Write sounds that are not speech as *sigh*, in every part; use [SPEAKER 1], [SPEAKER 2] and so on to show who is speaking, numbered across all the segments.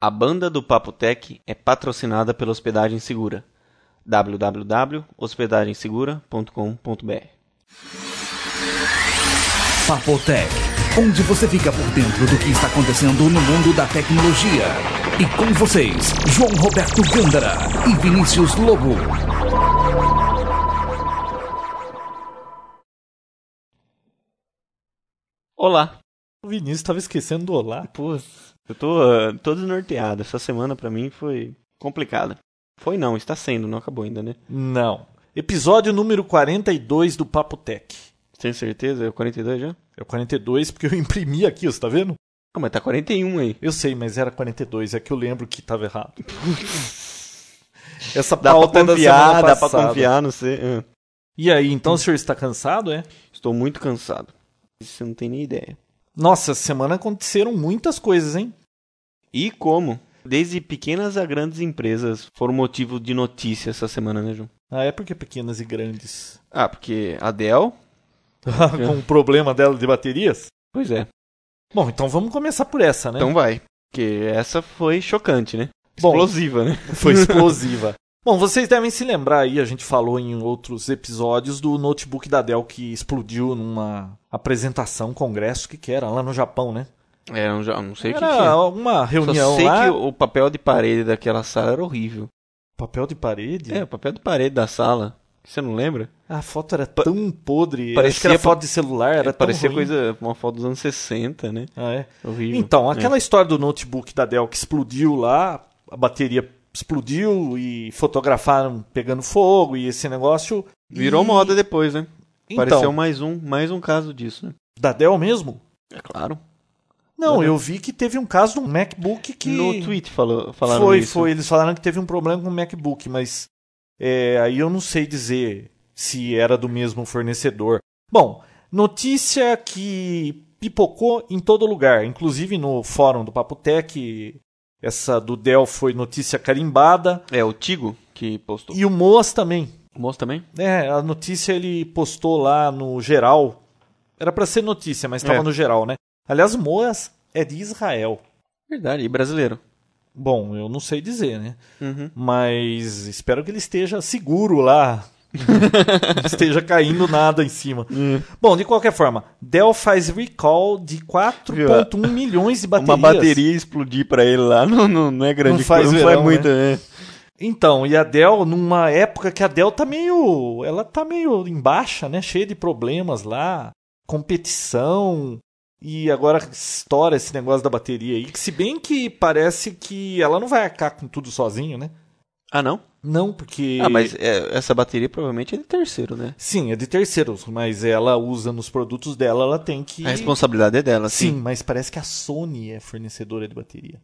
[SPEAKER 1] A banda do Papo Tech é patrocinada pela Hospedagem Segura. www.hospedagensegura.com.br
[SPEAKER 2] Papotec, onde você fica por dentro do que está acontecendo no mundo da tecnologia. E com vocês, João Roberto Gândara e Vinícius Lobo.
[SPEAKER 1] Olá!
[SPEAKER 3] O Vinícius tava esquecendo do olá.
[SPEAKER 1] Pô, eu tô, ah, tô desnorteado. Essa semana pra mim foi complicada. Foi não, está sendo, não acabou ainda, né?
[SPEAKER 3] Não. Episódio número 42 do Papo Tech.
[SPEAKER 1] Tem certeza? É o 42 já?
[SPEAKER 3] É o 42 porque eu *laughs* imprimi aqui, você tá vendo?
[SPEAKER 1] Ah, mas tá 41 aí.
[SPEAKER 3] Eu sei, mas era 42, é que eu lembro que tava errado. Essa
[SPEAKER 1] Dá
[SPEAKER 3] pauta
[SPEAKER 1] pra
[SPEAKER 3] é
[SPEAKER 1] confiar,
[SPEAKER 3] da semana
[SPEAKER 1] dá pra
[SPEAKER 3] passada.
[SPEAKER 1] confiar, não sei. Ah.
[SPEAKER 3] E aí, então o senhor está cansado, é?
[SPEAKER 1] Estou muito cansado. Você não tem nem ideia.
[SPEAKER 3] Nossa, essa semana aconteceram muitas coisas, hein?
[SPEAKER 1] E como? Desde pequenas a grandes empresas foram motivo de notícia essa semana, né, João?
[SPEAKER 3] Na época, Ah, é pequenas e grandes. *laughs*
[SPEAKER 1] Ah, porque a Dell?
[SPEAKER 3] Com o problema dela de baterias?
[SPEAKER 1] Pois é.
[SPEAKER 3] Bom, então vamos começar por essa, né?
[SPEAKER 1] Então vai. Porque essa foi chocante, né?
[SPEAKER 3] Bom,
[SPEAKER 1] Explosiva, né? *laughs*
[SPEAKER 3] Foi explosiva. Bom, vocês devem se lembrar aí, a gente falou em outros episódios do notebook da Dell que explodiu numa apresentação, congresso, o que que era, lá no Japão, né?
[SPEAKER 1] É, eu já não sei o que,
[SPEAKER 3] era
[SPEAKER 1] que é.
[SPEAKER 3] uma
[SPEAKER 1] Só
[SPEAKER 3] reunião
[SPEAKER 1] sei
[SPEAKER 3] lá,
[SPEAKER 1] que o papel de parede daquela sala era horrível.
[SPEAKER 3] papel de parede.
[SPEAKER 1] É, o papel de parede da sala. Você não lembra?
[SPEAKER 3] A foto era tão podre,
[SPEAKER 1] parecia
[SPEAKER 3] parecia que era
[SPEAKER 1] pa-
[SPEAKER 3] foto de celular, era
[SPEAKER 1] É,
[SPEAKER 3] tão
[SPEAKER 1] parecia
[SPEAKER 3] ruim.
[SPEAKER 1] coisa, uma foto dos anos 60, né?
[SPEAKER 3] Ah, é.
[SPEAKER 1] Horrível.
[SPEAKER 3] Então, aquela história do notebook da Dell que explodiu lá, a bateria explodiu e fotografaram pegando fogo e esse negócio
[SPEAKER 1] Virou
[SPEAKER 3] E-
[SPEAKER 1] moda depois, né?
[SPEAKER 3] Então,
[SPEAKER 1] Pareceu mais um, mais um caso disso, né?
[SPEAKER 3] da Dell mesmo?
[SPEAKER 1] É claro.
[SPEAKER 3] Não,
[SPEAKER 1] Uhum.
[SPEAKER 3] eu vi que teve um caso de um MacBook que.
[SPEAKER 1] No tweet falou, falaram
[SPEAKER 3] foi,
[SPEAKER 1] isso.
[SPEAKER 3] foi. Eles falaram que teve um problema com o MacBook, mas é, aí eu não sei dizer se era do mesmo fornecedor. Bom, notícia que pipocou em todo lugar, inclusive no fórum do Papotec. Essa do Dell foi notícia carimbada.
[SPEAKER 1] É, o Tigo que postou.
[SPEAKER 3] E o Moas também.
[SPEAKER 1] O moço também?
[SPEAKER 3] É, a notícia ele postou lá no geral. Era pra ser notícia, mas estava
[SPEAKER 1] É.
[SPEAKER 3] no geral, né? Aliás, o Moas é de Israel.
[SPEAKER 1] Verdade, e brasileiro.
[SPEAKER 3] Bom, eu não sei dizer, né?
[SPEAKER 1] Uhum.
[SPEAKER 3] Mas espero que ele esteja seguro lá. *laughs* não esteja caindo nada em cima.
[SPEAKER 1] Hum.
[SPEAKER 3] Bom, de qualquer forma, Dell faz recall de 4,1 milhões de baterias.
[SPEAKER 1] Uma bateria explodir pra ele lá não, não, não é grande
[SPEAKER 3] Não faz
[SPEAKER 1] coisa, não faz
[SPEAKER 3] verão,
[SPEAKER 1] muito, né?
[SPEAKER 3] Então, e a Dell, numa época que a Dell tá meio. Ela tá meio em baixa, né? Cheia de problemas lá, competição. E agora estoura esse negócio da bateria aí. Que se bem que parece que ela não vai arcar com tudo sozinho, né?
[SPEAKER 1] Ah, não?
[SPEAKER 3] Não, porque.
[SPEAKER 1] Ah, mas é, essa bateria provavelmente é de terceiro, né?
[SPEAKER 3] Sim, é de terceiros, mas ela usa nos produtos dela, ela tem que.
[SPEAKER 1] A responsabilidade é dela,
[SPEAKER 3] Sim,
[SPEAKER 1] sim.
[SPEAKER 3] mas parece que a Sony é fornecedora de bateria.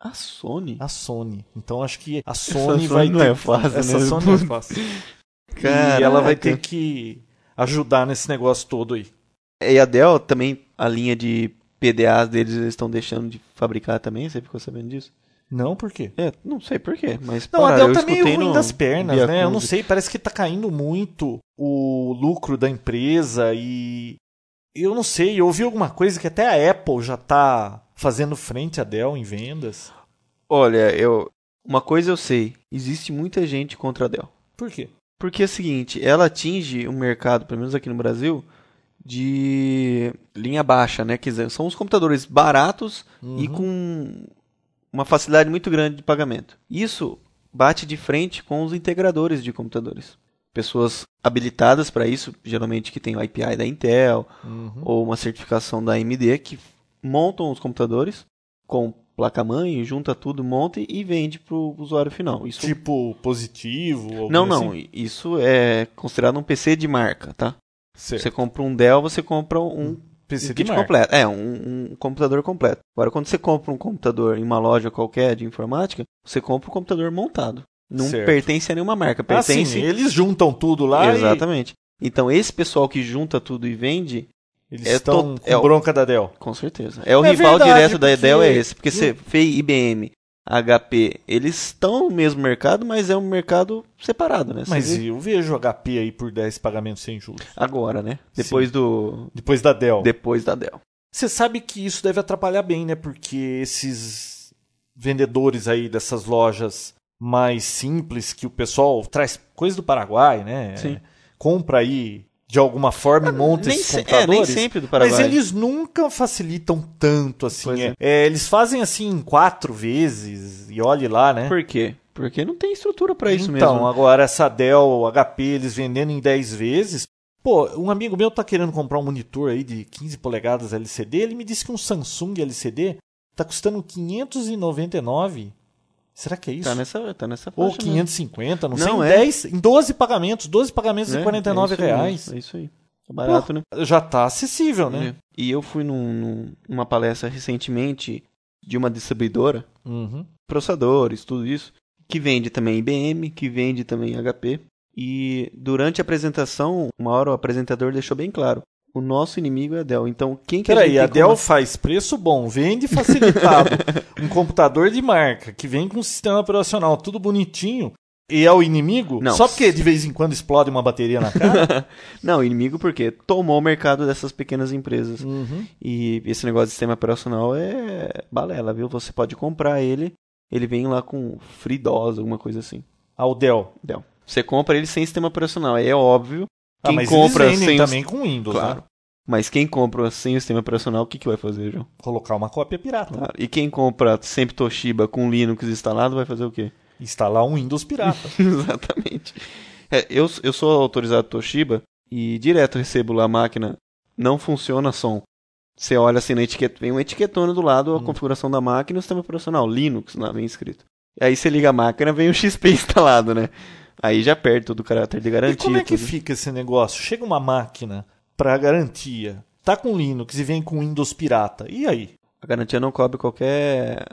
[SPEAKER 1] A Sony?
[SPEAKER 3] A Sony. Então acho que
[SPEAKER 1] *laughs*
[SPEAKER 3] a Sony
[SPEAKER 1] Sony
[SPEAKER 3] vai
[SPEAKER 1] não
[SPEAKER 3] ter.
[SPEAKER 1] é fácil,
[SPEAKER 3] Essa
[SPEAKER 1] né?
[SPEAKER 3] Sony não é
[SPEAKER 1] *laughs*
[SPEAKER 3] fácil. E ela vai ter que ajudar nesse negócio todo aí.
[SPEAKER 1] E a Dell também, a linha de PDAs deles, eles estão deixando de fabricar também, você ficou sabendo disso?
[SPEAKER 3] Não, por quê?
[SPEAKER 1] É, não sei porquê, mas...
[SPEAKER 3] Não,
[SPEAKER 1] porra,
[SPEAKER 3] a Dell
[SPEAKER 1] eu
[SPEAKER 3] tá meio
[SPEAKER 1] escutei
[SPEAKER 3] ruim
[SPEAKER 1] no-
[SPEAKER 3] das pernas,
[SPEAKER 1] via
[SPEAKER 3] né? Eu não
[SPEAKER 1] Conde.
[SPEAKER 3] sei, parece que tá caindo muito o lucro da empresa e. Eu não sei, eu ouvi alguma coisa que até a Apple já tá fazendo frente à Dell em vendas.
[SPEAKER 1] Olha, eu... Uma coisa eu sei, existe muita gente contra a Dell.
[SPEAKER 3] Por quê?
[SPEAKER 1] Porque é o seguinte, ela atinge um mercado, pelo menos aqui no Brasil, de linha baixa, né? Quer dizer, são os computadores baratos e
[SPEAKER 3] Uhum.
[SPEAKER 1] com uma facilidade muito grande de pagamento. Isso bate de frente com os integradores de computadores. Pessoas habilitadas para isso, geralmente que tem o IPI da Intel
[SPEAKER 3] Uhum.
[SPEAKER 1] ou uma certificação da AMD, que montam os computadores com placa-mãe, junta tudo, monta e vende para o usuário final. Isso
[SPEAKER 3] Tipo positivo? alguma
[SPEAKER 1] não, não.
[SPEAKER 3] assim?
[SPEAKER 1] Isso é considerado um PC de marca, tá?
[SPEAKER 3] Certo.
[SPEAKER 1] Você compra um Dell, você compra um
[SPEAKER 3] PC
[SPEAKER 1] kit
[SPEAKER 3] de marca.
[SPEAKER 1] completo. É, um, um computador completo. Agora, quando você compra um computador em uma loja qualquer de informática, você compra o computador montado. Não
[SPEAKER 3] Certo.
[SPEAKER 1] pertence a nenhuma marca.
[SPEAKER 3] Ah, sim,
[SPEAKER 1] Pertence.
[SPEAKER 3] eles juntam tudo lá
[SPEAKER 1] Exatamente. Então, esse pessoal que junta tudo e vende,
[SPEAKER 3] e eles
[SPEAKER 1] É
[SPEAKER 3] estão
[SPEAKER 1] to-
[SPEAKER 3] com
[SPEAKER 1] é o-
[SPEAKER 3] bronca da Dell.
[SPEAKER 1] com certeza. É o
[SPEAKER 3] É
[SPEAKER 1] rival
[SPEAKER 3] verdade,
[SPEAKER 1] direto da
[SPEAKER 3] porque-
[SPEAKER 1] Dell, é esse. Porque você fez IBM, HP, eles estão no mesmo mercado, mas é um mercado separado, né? Você
[SPEAKER 3] Mas
[SPEAKER 1] vê
[SPEAKER 3] eu vejo HP aí por 10 pagamentos sem juros.
[SPEAKER 1] agora, né? Depois do.
[SPEAKER 3] Depois da Dell.
[SPEAKER 1] Depois da Dell.
[SPEAKER 3] Você sabe que isso deve atrapalhar bem, né? Porque esses vendedores aí dessas lojas mais simples que o pessoal traz coisa do Paraguai, né?
[SPEAKER 1] Sim.
[SPEAKER 3] Compra aí de alguma forma e monta
[SPEAKER 1] nem
[SPEAKER 3] esses
[SPEAKER 1] se- é,
[SPEAKER 3] computadores.
[SPEAKER 1] nem sempre do Paraguai.
[SPEAKER 3] Mas eles nunca facilitam tanto assim.
[SPEAKER 1] Pois é.
[SPEAKER 3] É, é, eles fazem assim quatro vezes e olhe lá, né?
[SPEAKER 1] Por quê? Porque não tem estrutura pra isso
[SPEAKER 3] então,
[SPEAKER 1] mesmo. né?
[SPEAKER 3] agora essa Dell, HP, eles vendendo em 10 vezes. Pô, um amigo meu tá querendo comprar um monitor aí de 15 polegadas LCD, ele me disse que um Samsung LCD tá custando 599. Será que é isso?
[SPEAKER 1] Tá nessa, tá nessa
[SPEAKER 3] Ou
[SPEAKER 1] faixa
[SPEAKER 3] 550, não,
[SPEAKER 1] Não,
[SPEAKER 3] sei, em
[SPEAKER 1] é.
[SPEAKER 3] 10, em 12 pagamentos, 12 pagamentos
[SPEAKER 1] mesmo.
[SPEAKER 3] de
[SPEAKER 1] É,
[SPEAKER 3] 49
[SPEAKER 1] é isso aí
[SPEAKER 3] reais.
[SPEAKER 1] mesmo, É isso aí. Tá barato, né?
[SPEAKER 3] Já tá acessível, né?
[SPEAKER 1] É. E eu fui num- num- numa palestra recentemente de uma distribuidora,
[SPEAKER 3] Uhum.
[SPEAKER 1] processadores, tudo isso, que vende também IBM, que vende também HP. E durante a apresentação, uma hora o apresentador deixou bem claro: o nosso inimigo é a Dell. Então, quem que
[SPEAKER 3] Peraí,
[SPEAKER 1] gente
[SPEAKER 3] a
[SPEAKER 1] tem como-
[SPEAKER 3] Dell faz preço bom, vende
[SPEAKER 1] *laughs*
[SPEAKER 3] facilitado. um computador de marca que vem com um sistema operacional tudo bonitinho e é o inimigo?
[SPEAKER 1] Não.
[SPEAKER 3] Só porque de vez em quando explode uma bateria na cara?
[SPEAKER 1] *laughs* Não, inimigo porque tomou o mercado dessas pequenas empresas.
[SPEAKER 3] Uhum.
[SPEAKER 1] E esse negócio de sistema operacional é balela, viu? Você pode comprar ele, ele vem lá com free DOS, alguma coisa assim.
[SPEAKER 3] Ah, o Dell.
[SPEAKER 1] Dell. Você compra ele sem sistema operacional, é óbvio.
[SPEAKER 3] Ah,
[SPEAKER 1] Quem
[SPEAKER 3] mas
[SPEAKER 1] compra
[SPEAKER 3] eles vendem
[SPEAKER 1] sem
[SPEAKER 3] também com Windows,
[SPEAKER 1] Claro.
[SPEAKER 3] né?
[SPEAKER 1] Mas quem compra sem o sistema operacional, o que, que vai fazer, João?
[SPEAKER 3] Colocar uma cópia pirata.
[SPEAKER 1] Claro. E quem compra sempre Toshiba com Linux instalado vai fazer o quê?
[SPEAKER 3] Instalar um Windows pirata.
[SPEAKER 1] *laughs* Exatamente. É, eu, eu sou autorizado Toshiba e direto recebo lá a máquina, não funciona som. Você olha assim na etiqueta, vem uma etiquetona do lado, a
[SPEAKER 3] Hum.
[SPEAKER 1] configuração da máquina e o sistema operacional, Linux lá, vem escrito. E aí você liga a máquina, vem o *laughs* XP instalado, né? Aí já perde todo o caráter de
[SPEAKER 3] e
[SPEAKER 1] garantia.
[SPEAKER 3] como é que
[SPEAKER 1] tudo.
[SPEAKER 3] fica esse negócio? Chega uma máquina pra garantia, tá com Linux e vem com Windows pirata. E aí?
[SPEAKER 1] A garantia não cobre qualquer.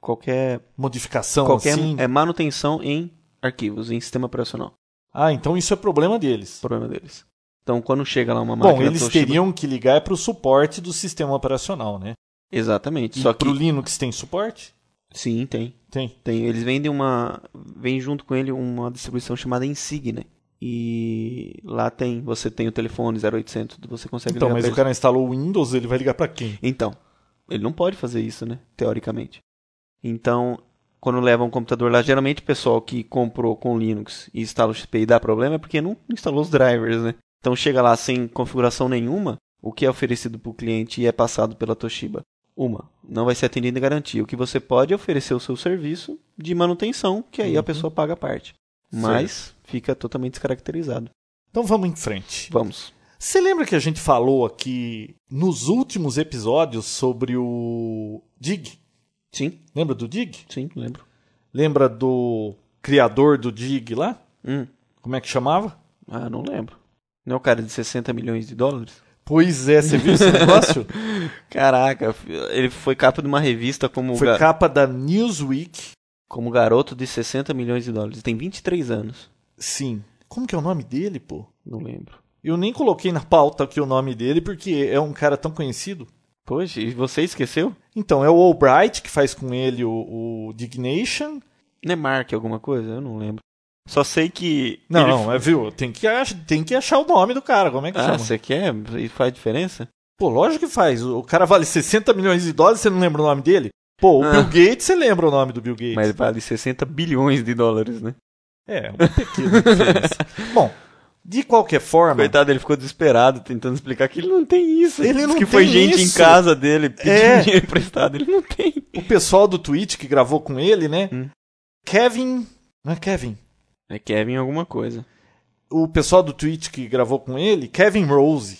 [SPEAKER 1] qualquer.
[SPEAKER 3] Modificação
[SPEAKER 1] qualquer
[SPEAKER 3] assim?
[SPEAKER 1] é, manutenção em arquivos, em sistema operacional.
[SPEAKER 3] Ah, então isso é problema deles.
[SPEAKER 1] Problema deles. Então quando chega lá uma máquina.
[SPEAKER 3] Bom, eles
[SPEAKER 1] Toshiba-
[SPEAKER 3] teriam que ligar para o suporte do sistema operacional, né?
[SPEAKER 1] Exatamente.
[SPEAKER 3] E
[SPEAKER 1] Só que.
[SPEAKER 3] pro Linux tem suporte?
[SPEAKER 1] Sim, tem.
[SPEAKER 3] Tem.
[SPEAKER 1] Tem, eles vendem uma. Vem junto com ele uma distribuição chamada Insigne. E lá tem, você tem o telefone 0800, você consegue
[SPEAKER 3] Então,
[SPEAKER 1] ligar
[SPEAKER 3] mas
[SPEAKER 1] pra
[SPEAKER 3] o cara instalou o Windows, ele vai ligar para quem?
[SPEAKER 1] eles. Então, ele não pode fazer isso, né? Teoricamente. Então, quando leva um computador lá, geralmente o pessoal que comprou com Linux e instala o XP e dá problema é porque não instalou os drivers, né? Então chega lá sem configuração nenhuma, o que é oferecido para o cliente e é passado pela Toshiba? Uma, não vai ser atendido em garantia. O que você pode é oferecer o seu serviço de manutenção, que aí a
[SPEAKER 3] Uhum.
[SPEAKER 1] pessoa paga a parte. Mas fica totalmente descaracterizado.
[SPEAKER 3] Então vamos em frente.
[SPEAKER 1] Vamos.
[SPEAKER 3] Você lembra que a gente falou aqui nos últimos episódios sobre o Dig?
[SPEAKER 1] Sim,
[SPEAKER 3] Lembra do Dig?
[SPEAKER 1] sim, lembro.
[SPEAKER 3] Lembra do criador do Dig lá?
[SPEAKER 1] Hum.
[SPEAKER 3] Como é que chamava?
[SPEAKER 1] Ah, não lembro. Não é o cara de 60 milhões de dólares?
[SPEAKER 3] Pois é, você viu
[SPEAKER 1] *laughs*
[SPEAKER 3] esse negócio?
[SPEAKER 1] Caraca, ele foi capa de uma revista como,
[SPEAKER 3] Foi
[SPEAKER 1] ga-
[SPEAKER 3] capa da Newsweek.
[SPEAKER 1] como garoto de 60 milhões de dólares. Tem 23 anos.
[SPEAKER 3] Sim. Como que é o nome dele, pô?
[SPEAKER 1] Não lembro.
[SPEAKER 3] Eu nem coloquei na pauta aqui o nome dele, porque é um cara tão conhecido.
[SPEAKER 1] Poxa, e você esqueceu?
[SPEAKER 3] Então, é o Albright que faz com ele o, o Dignation.
[SPEAKER 1] Não é Mark alguma coisa? Eu não lembro. Só sei que.
[SPEAKER 3] Não,
[SPEAKER 1] ele-
[SPEAKER 3] não, é, viu? Tem que, ach- tem que achar o nome do cara. Como é que
[SPEAKER 1] Ah,
[SPEAKER 3] chama?
[SPEAKER 1] você quer? Isso faz diferença?
[SPEAKER 3] Pô, lógico que faz. O cara vale 60 milhões de dólares, você não lembra o nome dele? Pô, o
[SPEAKER 1] Ah.
[SPEAKER 3] Bill Gates, você lembra o nome do Bill Gates?
[SPEAKER 1] Mas vale 60 bilhões de dólares, né?
[SPEAKER 3] É, uma pequena diferença.
[SPEAKER 1] *laughs*
[SPEAKER 3] Bom, de qualquer forma,
[SPEAKER 1] Coitado, ele ficou desesperado tentando explicar que ele não tem isso.
[SPEAKER 3] Ele
[SPEAKER 1] Diz
[SPEAKER 3] não
[SPEAKER 1] que
[SPEAKER 3] tem
[SPEAKER 1] foi gente em
[SPEAKER 3] isso.
[SPEAKER 1] casa dele pedindo
[SPEAKER 3] É.
[SPEAKER 1] dinheiro emprestado. Ele não tem.
[SPEAKER 3] o pessoal do Twitch que gravou com ele, né?
[SPEAKER 1] Hum.
[SPEAKER 3] Kevin. Não é Kevin?
[SPEAKER 1] É Kevin alguma coisa.
[SPEAKER 3] O pessoal do Twitch que gravou com ele, Kevin Rose,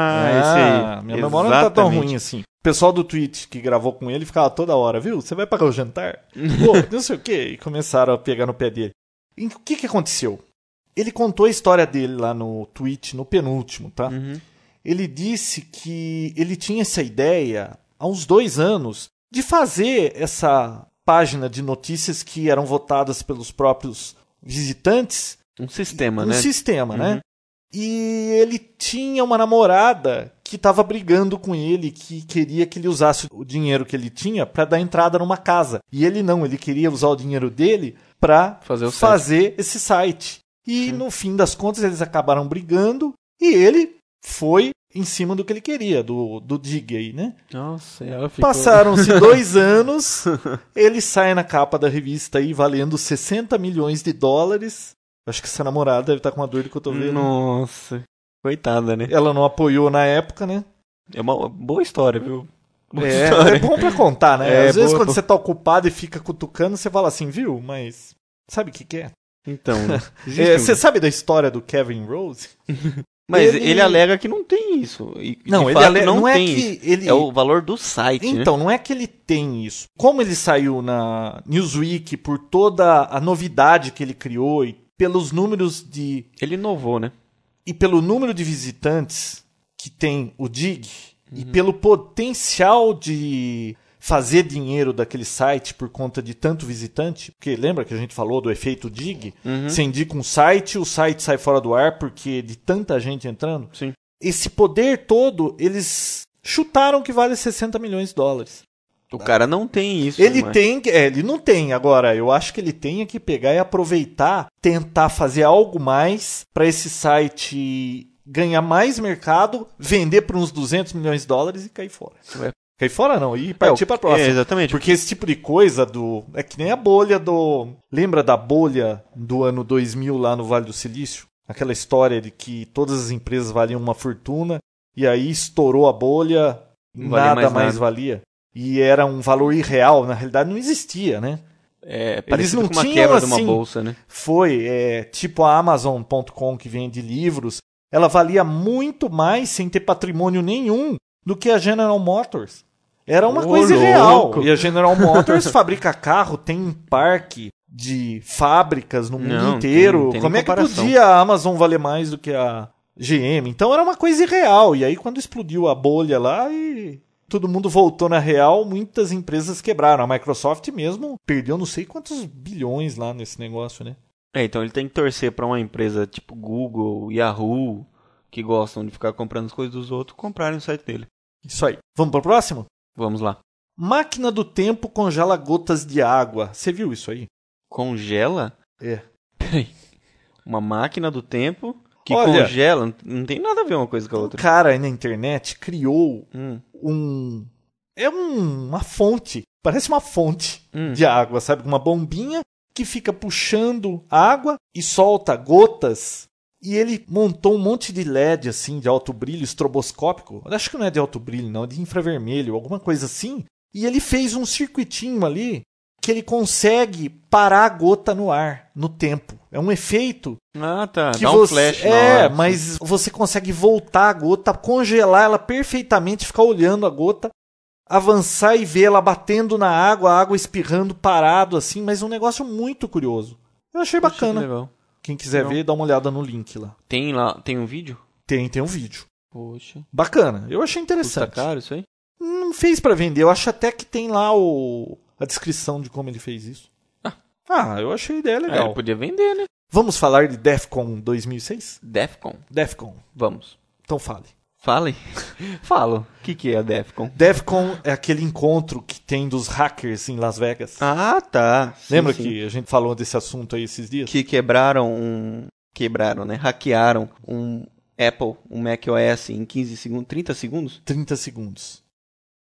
[SPEAKER 1] Ah, esse aí.
[SPEAKER 3] Minha memória não tá tão
[SPEAKER 1] Exatamente.
[SPEAKER 3] ruim assim. O pessoal do Twitch que gravou com ele ficava toda hora, viu? Você vai pagar
[SPEAKER 1] *laughs*
[SPEAKER 3] o jantar? Pô, não sei o quê. E começaram a pegar no pé dele. E o que que aconteceu? Ele contou a história dele lá no Twitch, no penúltimo, tá?
[SPEAKER 1] Uhum.
[SPEAKER 3] Ele disse que ele tinha essa ideia há uns dois anos de fazer essa página de notícias que eram votadas pelos próprios visitantes
[SPEAKER 1] Um sistema,
[SPEAKER 3] um
[SPEAKER 1] né?
[SPEAKER 3] sistema,
[SPEAKER 1] Uhum.
[SPEAKER 3] né? E ele tinha uma namorada que estava brigando com ele, que queria que ele usasse o dinheiro que ele tinha para dar entrada numa casa. E ele não, ele queria usar o dinheiro dele para
[SPEAKER 1] Fazer o
[SPEAKER 3] fazer esse site. E no fim das contas eles acabaram brigando e ele foi em cima do que ele queria, do, do Dig aí, né?
[SPEAKER 1] Nossa, ela ficou... *laughs*
[SPEAKER 3] Passaram-se dois anos, ele sai na capa da revista aí valendo 60 milhões de dólares. Acho que essa namorada deve estar com uma dor de cotovelo.
[SPEAKER 1] Nossa. Coitada, né?
[SPEAKER 3] Ela não apoiou na época, né?
[SPEAKER 1] É uma boa história, viu? Boa
[SPEAKER 3] É,
[SPEAKER 1] história.
[SPEAKER 3] é *laughs* bom pra contar, né?
[SPEAKER 1] É,
[SPEAKER 3] Às vezes
[SPEAKER 1] boa,
[SPEAKER 3] quando
[SPEAKER 1] boa.
[SPEAKER 3] você tá ocupado e fica cutucando, você fala assim, viu? Mas sabe o que, que é?
[SPEAKER 1] Então, né? Existe
[SPEAKER 3] É,
[SPEAKER 1] um-
[SPEAKER 3] Você sabe da história do Kevin Rose?
[SPEAKER 1] Mas ele...
[SPEAKER 3] ele-
[SPEAKER 1] alega que não tem isso. E, de
[SPEAKER 3] Não, ele
[SPEAKER 1] fato,
[SPEAKER 3] ale-
[SPEAKER 1] não,
[SPEAKER 3] não é
[SPEAKER 1] tem
[SPEAKER 3] que
[SPEAKER 1] isso.
[SPEAKER 3] ele-
[SPEAKER 1] É o valor do site, né?
[SPEAKER 3] Então, não é que ele tem isso. Como ele saiu na Newsweek por toda a novidade que ele criou e pelos números de
[SPEAKER 1] né? Ele inovou, né?
[SPEAKER 3] e pelo número de visitantes que tem o Dig e pelo potencial de fazer dinheiro daquele site por conta de tanto visitante, porque lembra que a gente falou do efeito Dig? Você indica um site, o site sai fora do ar porque de tanta gente entrando.
[SPEAKER 1] Sim.
[SPEAKER 3] Esse poder todo, eles chutaram que vale 60 milhões de dólares.
[SPEAKER 1] O cara não tem isso.
[SPEAKER 3] Tá.
[SPEAKER 1] né?
[SPEAKER 3] Ele
[SPEAKER 1] mas-
[SPEAKER 3] tem, que- é, ele não tem agora. Eu acho que ele tem é que pegar e aproveitar, tentar fazer algo mais para esse site ganhar mais mercado, vender por uns 200 milhões de dólares e cair fora.
[SPEAKER 1] Ué.
[SPEAKER 3] Cair fora não, e partir
[SPEAKER 1] É, o-
[SPEAKER 3] pra próxima.
[SPEAKER 1] é, exatamente.
[SPEAKER 3] Porque esse tipo de coisa do é que nem a bolha do, lembra da bolha do ano 2000 lá no Vale do Silício? Aquela história de que todas as empresas valiam uma fortuna e aí estourou a bolha,
[SPEAKER 1] Não valia
[SPEAKER 3] nada
[SPEAKER 1] mais
[SPEAKER 3] mais,
[SPEAKER 1] nada.
[SPEAKER 3] valia. E era um valor irreal, na realidade não existia, né?
[SPEAKER 1] É, parecido
[SPEAKER 3] não
[SPEAKER 1] com uma
[SPEAKER 3] tinham,
[SPEAKER 1] quebra de uma
[SPEAKER 3] assim,
[SPEAKER 1] bolsa, né?
[SPEAKER 3] Foi, é, tipo a Amazon.com que vende livros, ela valia muito mais sem ter patrimônio nenhum do que a General Motors. Era uma
[SPEAKER 1] Ô,
[SPEAKER 3] coisa irreal.
[SPEAKER 1] louco.
[SPEAKER 3] E a General *laughs* Motors fabrica carro, tem um parque de fábricas no mundo
[SPEAKER 1] Não,
[SPEAKER 3] inteiro.
[SPEAKER 1] tem- tem nem
[SPEAKER 3] Como é que
[SPEAKER 1] comparação.
[SPEAKER 3] podia a Amazon valer mais do que a GM? Então era uma coisa irreal. E aí quando explodiu a bolha lá e todo mundo voltou na real, muitas empresas quebraram. A Microsoft mesmo perdeu não sei quantos bilhões lá nesse negócio, né?
[SPEAKER 1] É, então ele tem que torcer pra uma empresa tipo Google, Yahoo, que gostam de ficar comprando as coisas dos outros, comprarem o site dele.
[SPEAKER 3] Isso aí. Vamos pro próximo?
[SPEAKER 1] Vamos lá.
[SPEAKER 3] Máquina do tempo congela gotas de água. Você viu isso aí?
[SPEAKER 1] Congela?
[SPEAKER 3] É.
[SPEAKER 1] Peraí. Uma máquina do tempo que
[SPEAKER 3] Olha-
[SPEAKER 1] congela? Não- Não tem nada a ver uma coisa com a
[SPEAKER 3] Um
[SPEAKER 1] outra.
[SPEAKER 3] cara aí na internet criou
[SPEAKER 1] Hum,
[SPEAKER 3] um. É um- uma fonte. Parece uma fonte
[SPEAKER 1] hum.
[SPEAKER 3] de água, sabe? Uma bombinha que fica puxando água e solta gotas. E ele montou um monte de LED, assim, de alto brilho estroboscópico. Eu Acho que não é de alto brilho, não, é de infravermelho, alguma coisa assim. E ele fez um circuitinho ali que ele consegue parar a gota no ar, no tempo. É um efeito
[SPEAKER 1] Ah, tá.
[SPEAKER 3] que
[SPEAKER 1] Dá um
[SPEAKER 3] você-
[SPEAKER 1] flash na
[SPEAKER 3] É,
[SPEAKER 1] hora.
[SPEAKER 3] mas você consegue voltar a gota, congelar ela perfeitamente, ficar olhando a gota, avançar e ver ela batendo na água, a água espirrando parado assim, mas um negócio muito curioso. Eu achei
[SPEAKER 1] Poxa, que
[SPEAKER 3] bacana.
[SPEAKER 1] legal.
[SPEAKER 3] Quem quiser
[SPEAKER 1] Não.
[SPEAKER 3] ver, dá uma olhada no link lá.
[SPEAKER 1] Tem lá, tem um vídeo?
[SPEAKER 3] Tem, tem um vídeo.
[SPEAKER 1] Poxa.
[SPEAKER 3] Bacana. Eu achei
[SPEAKER 1] Custa
[SPEAKER 3] interessante.
[SPEAKER 1] caro isso aí?
[SPEAKER 3] Não fez pra vender. Eu acho até que tem lá o a descrição de como ele fez isso. Ah, eu achei a ideia
[SPEAKER 1] É,
[SPEAKER 3] legal.
[SPEAKER 1] ele podia vender, né?
[SPEAKER 3] Vamos falar de Defcon 2006?
[SPEAKER 1] Defcon.
[SPEAKER 3] Defcon.
[SPEAKER 1] Vamos.
[SPEAKER 3] Então fale.
[SPEAKER 1] Fale. *laughs* Falo. O que, que é a Defcon?
[SPEAKER 3] DevCon é aquele encontro que tem dos hackers em Las Vegas.
[SPEAKER 1] Ah, tá. Sim,
[SPEAKER 3] Lembra
[SPEAKER 1] sim.
[SPEAKER 3] que a gente falou desse assunto aí esses dias?
[SPEAKER 1] que quebraram um. Quebraram, né? Hackearam um Apple, um macOS em 15 segundos, 30 segundos?
[SPEAKER 3] 30 segundos.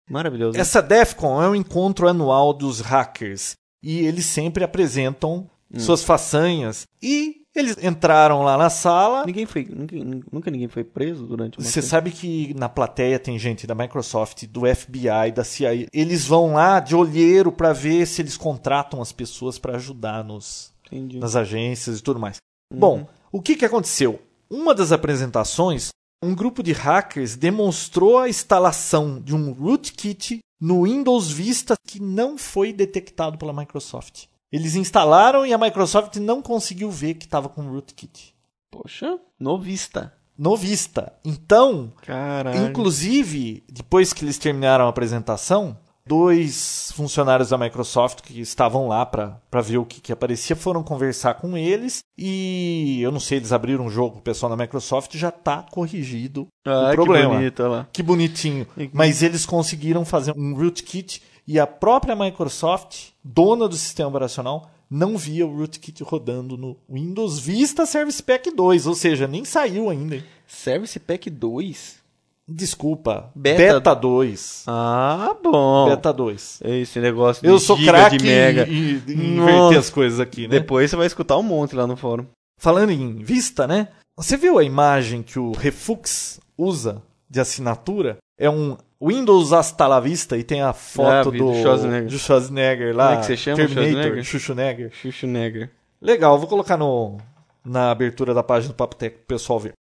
[SPEAKER 1] Maravilhoso. né?
[SPEAKER 3] Essa DevCon é um encontro anual dos hackers. E eles sempre apresentam
[SPEAKER 1] Hum.
[SPEAKER 3] suas façanhas. E eles entraram lá na sala.
[SPEAKER 1] Ninguém foi. Nunca, nunca ninguém foi preso durante uma
[SPEAKER 3] Você
[SPEAKER 1] coisa?
[SPEAKER 3] sabe que na plateia tem gente da Microsoft, do FBI, da CIA. Eles vão lá de olheiro pra ver se eles contratam as pessoas pra ajudar nos,
[SPEAKER 1] Entendi.
[SPEAKER 3] nas agências e tudo mais. Bom, o que, que aconteceu? Uma das apresentações, um grupo de hackers demonstrou a instalação de um rootkit no Windows Vista que não foi detectado pela Microsoft. Eles instalaram e a Microsoft não conseguiu ver que estava com rootkit
[SPEAKER 1] Poxa, novista.
[SPEAKER 3] no Vista. Então,
[SPEAKER 1] Caralho.
[SPEAKER 3] Inclusive, depois que eles terminaram a apresentação, dois funcionários da Microsoft que estavam lá para ver o que, que aparecia foram conversar com eles e eu não sei, eles abriram um jogo, o pessoal da Microsoft já tá corrigido
[SPEAKER 1] ah,
[SPEAKER 3] o
[SPEAKER 1] que
[SPEAKER 3] problema.
[SPEAKER 1] bonito, olha lá.
[SPEAKER 3] Que bonitinho. Mas eles conseguiram fazer um rootkit e a própria Microsoft, dona do sistema operacional, não via o rootkit rodando no Windows Vista Service Pack 2, ou seja, nem saiu ainda.
[SPEAKER 1] Service Pack 2?
[SPEAKER 3] Desculpa,
[SPEAKER 1] Beta-
[SPEAKER 3] Beta, 2.
[SPEAKER 1] Ah, bom. É
[SPEAKER 3] Beta 2.
[SPEAKER 1] Esse negócio de
[SPEAKER 3] Eu sou
[SPEAKER 1] giga,
[SPEAKER 3] craque
[SPEAKER 1] de mega.
[SPEAKER 3] em, em- em
[SPEAKER 1] Nossa.
[SPEAKER 3] inverter as coisas aqui, né?
[SPEAKER 1] Depois você vai escutar um monte lá no fórum.
[SPEAKER 3] Falando em vista, né? Você viu a imagem que o Refux usa de assinatura? É um Windows hasta la vista e tem a foto
[SPEAKER 1] Ah, vi,
[SPEAKER 3] do,
[SPEAKER 1] do Schwarzenegger.
[SPEAKER 3] do Schwarzenegger lá.
[SPEAKER 1] Como é que você chama o
[SPEAKER 3] Terminator,
[SPEAKER 1] Schwarzenegger?
[SPEAKER 3] Schwarzenegger.
[SPEAKER 1] Xuxo Neger.
[SPEAKER 3] Legal, vou colocar no, na abertura da página do Papo Tech pro pessoal ver.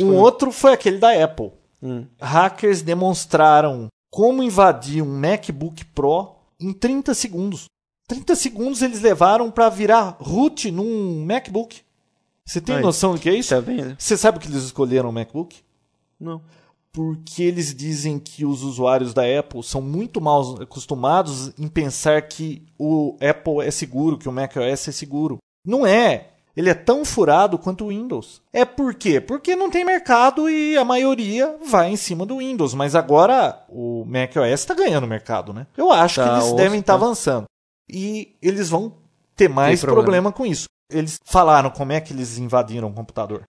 [SPEAKER 3] Um outro foi aquele da Apple.
[SPEAKER 1] Hum.
[SPEAKER 3] Hackers demonstraram como invadir um MacBook Pro em 30 segundos. 30 segundos eles levaram para virar root num MacBook. Você tem
[SPEAKER 1] Aí.
[SPEAKER 3] noção do que é isso?
[SPEAKER 1] Tá vendo?
[SPEAKER 3] Você sabe por que eles escolheram o MacBook?
[SPEAKER 1] Não.
[SPEAKER 3] Porque eles dizem que os usuários da Apple são muito mal acostumados em pensar que o Apple é seguro, que o macOS é seguro. Não é. Ele é tão furado quanto o Windows. É por quê? Porque não tem mercado e a maioria vai em cima do Windows. Mas agora o macOS está ganhando mercado, né? Eu acho
[SPEAKER 1] Tá,
[SPEAKER 3] que eles
[SPEAKER 1] ouço,
[SPEAKER 3] devem estar
[SPEAKER 1] tá.
[SPEAKER 3] avançando. E eles vão ter mais
[SPEAKER 1] Tem problema.
[SPEAKER 3] problema com isso. Eles falaram como é que eles invadiram o computador.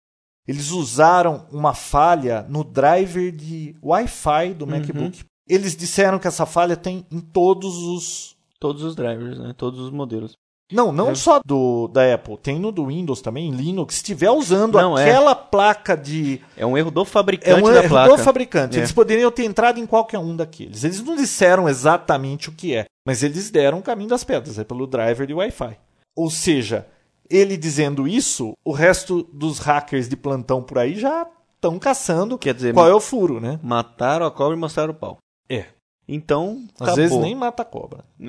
[SPEAKER 3] Eles usaram uma falha no driver de Wi-Fi
[SPEAKER 1] Uhum.
[SPEAKER 3] do MacBook. Eles disseram que essa falha tem em todos os.
[SPEAKER 1] Todos os drivers, né? Todos os modelos.
[SPEAKER 3] Não, não
[SPEAKER 1] É.
[SPEAKER 3] só do da Apple, tem no do Windows também, em Linux. Se estiver usando
[SPEAKER 1] Não, é.
[SPEAKER 3] aquela placa de.
[SPEAKER 1] É um erro do fabricante
[SPEAKER 3] É um
[SPEAKER 1] da placa.
[SPEAKER 3] erro do fabricante.
[SPEAKER 1] É.
[SPEAKER 3] Eles poderiam ter entrado em qualquer um daqueles. Eles não disseram exatamente o que é, mas eles deram o caminho das pedras, é pelo driver de Wi-Fi. Ou seja, ele dizendo isso, o resto dos hackers de plantão por aí já estão caçando
[SPEAKER 1] Quer dizer,
[SPEAKER 3] qual é o furo, né?
[SPEAKER 1] mataram a cobra e mostraram o pau.
[SPEAKER 3] É.
[SPEAKER 1] Então,
[SPEAKER 3] Às
[SPEAKER 1] acabou.
[SPEAKER 3] vezes nem mata a cobra.
[SPEAKER 1] *laughs*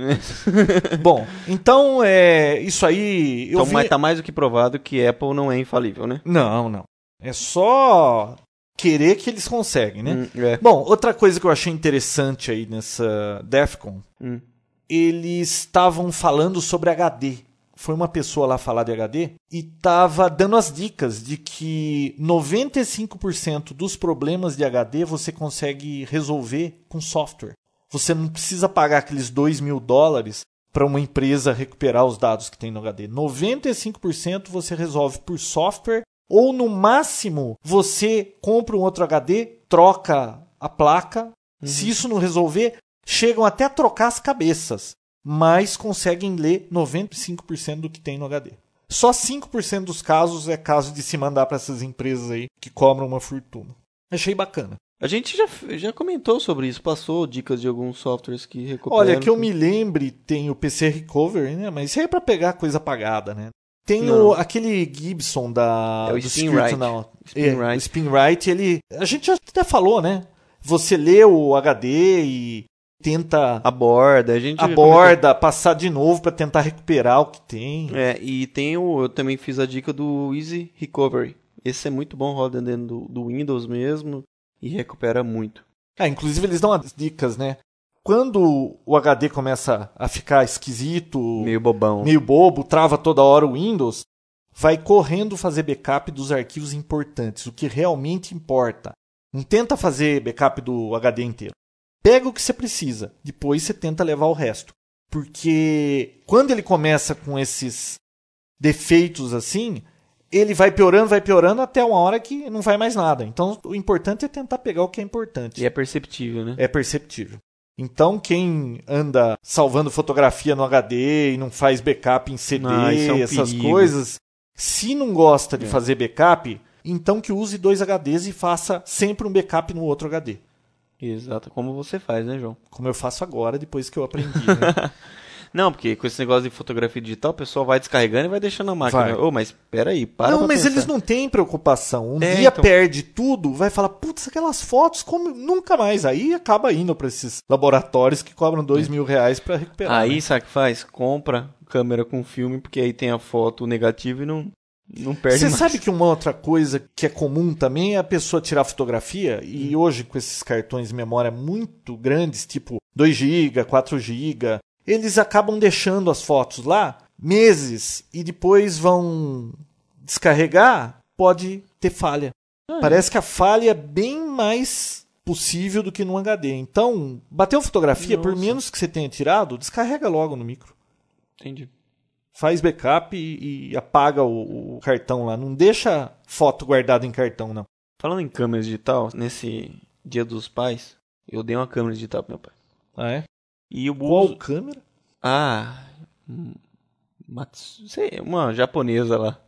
[SPEAKER 3] Bom, então é isso aí. Eu
[SPEAKER 1] então,
[SPEAKER 3] vi...
[SPEAKER 1] mas tá mais do que provado que Apple não é infalível, né?
[SPEAKER 3] Não, não. É só querer que eles conseguem, né?
[SPEAKER 1] Hum, é.
[SPEAKER 3] Bom, outra coisa que eu achei interessante aí nessa DEFCON
[SPEAKER 1] Hum.
[SPEAKER 3] eles estavam falando sobre HD. Foi uma pessoa lá falar de HD e estava dando as dicas de que 95% dos problemas de HD você consegue resolver com software. Você não precisa pagar aqueles 2 mil dólares para uma empresa recuperar os dados que tem no HD. 95% você resolve por software ou no máximo você compra um outro HD, troca a placa. Se isso não resolver, chegam até a trocar as cabeças, mas conseguem ler 95% do que tem no HD. Só 5% dos casos é caso de se mandar para essas empresas aí que cobram uma fortuna. Achei bacana.
[SPEAKER 1] A gente já, já comentou sobre isso, passou dicas de alguns softwares que recuperam.
[SPEAKER 3] Olha, que eu me lembre, tem o PC Recovery, né? Mas isso aí é para pegar coisa apagada, né? Tem
[SPEAKER 1] Não.
[SPEAKER 3] o, aquele Gibson da
[SPEAKER 1] É o
[SPEAKER 3] do
[SPEAKER 1] Spin
[SPEAKER 3] Secret
[SPEAKER 1] Rite.
[SPEAKER 3] Now.
[SPEAKER 1] Spin
[SPEAKER 3] É,
[SPEAKER 1] Rite.
[SPEAKER 3] O Spin Rite, ele. A gente já até falou, né? Você lê o HD e tenta
[SPEAKER 1] Aborda, a gente. já
[SPEAKER 3] aborda, passar de novo para tentar recuperar o que tem.
[SPEAKER 1] comentou. É, e tem o. Eu também fiz a dica do Easy Recovery. Esse é muito bom, roda dentro do, do Windows mesmo e recupera muito.
[SPEAKER 3] Ah, inclusive eles dão as dicas, né? Quando o HD começa a ficar esquisito, meio,
[SPEAKER 1] Meio bobão.
[SPEAKER 3] bobo, trava toda hora o Windows, vai correndo fazer backup dos arquivos importantes, o que realmente importa. Não tenta fazer backup do HD inteiro. Pega o que você precisa, depois você tenta levar o resto. Porque quando ele começa com esses defeitos assim, ele vai piorando, vai piorando até uma hora que não vai mais nada. Então o importante é tentar pegar o que é importante
[SPEAKER 1] E é perceptível, né?
[SPEAKER 3] é perceptível. Então, quem anda salvando fotografia no HD e não faz backup em CD,
[SPEAKER 1] Ah, isso é um
[SPEAKER 3] essas
[SPEAKER 1] perigo.
[SPEAKER 3] coisas, se não gosta de
[SPEAKER 1] É.
[SPEAKER 3] fazer backup, então que use dois HDs e faça sempre um backup no outro HD.
[SPEAKER 1] Exato, como você faz, né, João?
[SPEAKER 3] Como eu faço agora, depois que eu aprendi. *laughs* né?
[SPEAKER 1] Não, porque com esse negócio de fotografia digital, o pessoal vai descarregando e vai deixando na
[SPEAKER 3] Vai.
[SPEAKER 1] máquina. Ô, mas peraí, para
[SPEAKER 3] não,
[SPEAKER 1] pra
[SPEAKER 3] mas
[SPEAKER 1] pensar.
[SPEAKER 3] eles não têm preocupação. Um
[SPEAKER 1] É,
[SPEAKER 3] dia
[SPEAKER 1] então.
[SPEAKER 3] perde tudo, vai falar, putz, aquelas fotos, como nunca mais. Aí acaba indo para esses laboratórios que cobram dois mil reais para recuperar.
[SPEAKER 1] Aí,
[SPEAKER 3] né?
[SPEAKER 1] sabe o que faz? Compra câmera com filme, porque aí tem a foto negativa e não, não perde
[SPEAKER 3] Você
[SPEAKER 1] mais.
[SPEAKER 3] sabe que uma outra coisa que é comum também é a pessoa tirar fotografia e
[SPEAKER 1] Hum.
[SPEAKER 3] hoje com esses cartões de memória muito grandes, tipo 2 GB, 4 GB, eles acabam deixando as fotos lá meses e depois vão descarregar, pode ter falha.
[SPEAKER 1] Ah,
[SPEAKER 3] Parece que a falha é bem mais possível do que no HD. Então, bateu fotografia, por
[SPEAKER 1] Nossa.
[SPEAKER 3] menos que você tenha tirado, descarrega logo no micro
[SPEAKER 1] Entendi.
[SPEAKER 3] faz backup e, e apaga o, o cartão lá. Não deixa foto guardada em cartão, não.
[SPEAKER 1] Falando em câmera digital, nesse Dia dos Pais, eu dei uma câmera digital pro meu pai.
[SPEAKER 3] Ah, é?
[SPEAKER 1] E o
[SPEAKER 3] Qual
[SPEAKER 1] uso...
[SPEAKER 3] câmera?
[SPEAKER 1] Ah, hum, Matsu- sei, uma japonesa lá.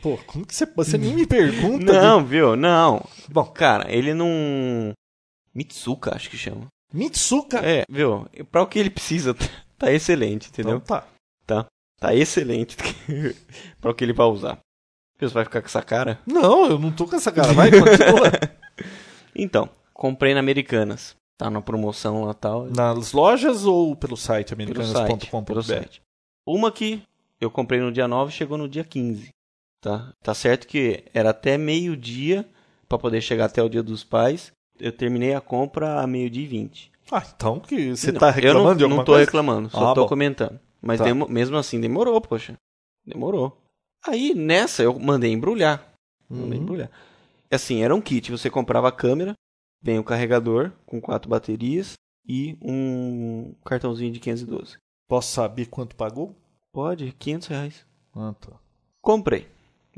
[SPEAKER 3] Pô, como que você. Você nem
[SPEAKER 1] *laughs*
[SPEAKER 3] me pergunta.
[SPEAKER 1] Não, viu? Não.
[SPEAKER 3] de- Bom,
[SPEAKER 1] Cara, ele não... Mitsuka, acho que chama.
[SPEAKER 3] Mitsuka.
[SPEAKER 1] É, viu? Pra o que ele precisa, *laughs* tá excelente, entendeu?
[SPEAKER 3] Então tá.
[SPEAKER 1] Tá excelente pra o que *laughs* ele vai usar. Você vai ficar com essa cara?
[SPEAKER 3] Não, eu não tô com essa cara. Vai,
[SPEAKER 1] *laughs*
[SPEAKER 3] continua.
[SPEAKER 1] Então, comprei na Americanas. Tá na promoção lá tal.
[SPEAKER 3] Nas lojas ou pelo site
[SPEAKER 1] Pelo site, pelo
[SPEAKER 3] americanas.com.br?
[SPEAKER 1] site. Uma que eu comprei no dia 9 chegou no dia 15. Tá, tá certo que era até meio-dia pra poder chegar até o dia dos pais. Eu terminei a compra a meio-dia e 20.
[SPEAKER 3] Ah, então que você
[SPEAKER 1] Não,
[SPEAKER 3] tá
[SPEAKER 1] eu
[SPEAKER 3] reclamando
[SPEAKER 1] não,
[SPEAKER 3] de alguma
[SPEAKER 1] não tô
[SPEAKER 3] coisa?
[SPEAKER 1] reclamando, só
[SPEAKER 3] Ah,
[SPEAKER 1] tô
[SPEAKER 3] bom.
[SPEAKER 1] comentando. Mas
[SPEAKER 3] Tá.
[SPEAKER 1] demo- mesmo assim demorou, poxa. Demorou. Aí nessa eu mandei embrulhar. Mandei
[SPEAKER 3] Uhum.
[SPEAKER 1] embrulhar. Assim, era um kit. Você comprava a câmera, vem o carregador com quatro baterias e um cartãozinho de 512.
[SPEAKER 3] Posso saber quanto pagou?
[SPEAKER 1] Pode, 500 reais.
[SPEAKER 3] Ah, tá.
[SPEAKER 1] Comprei.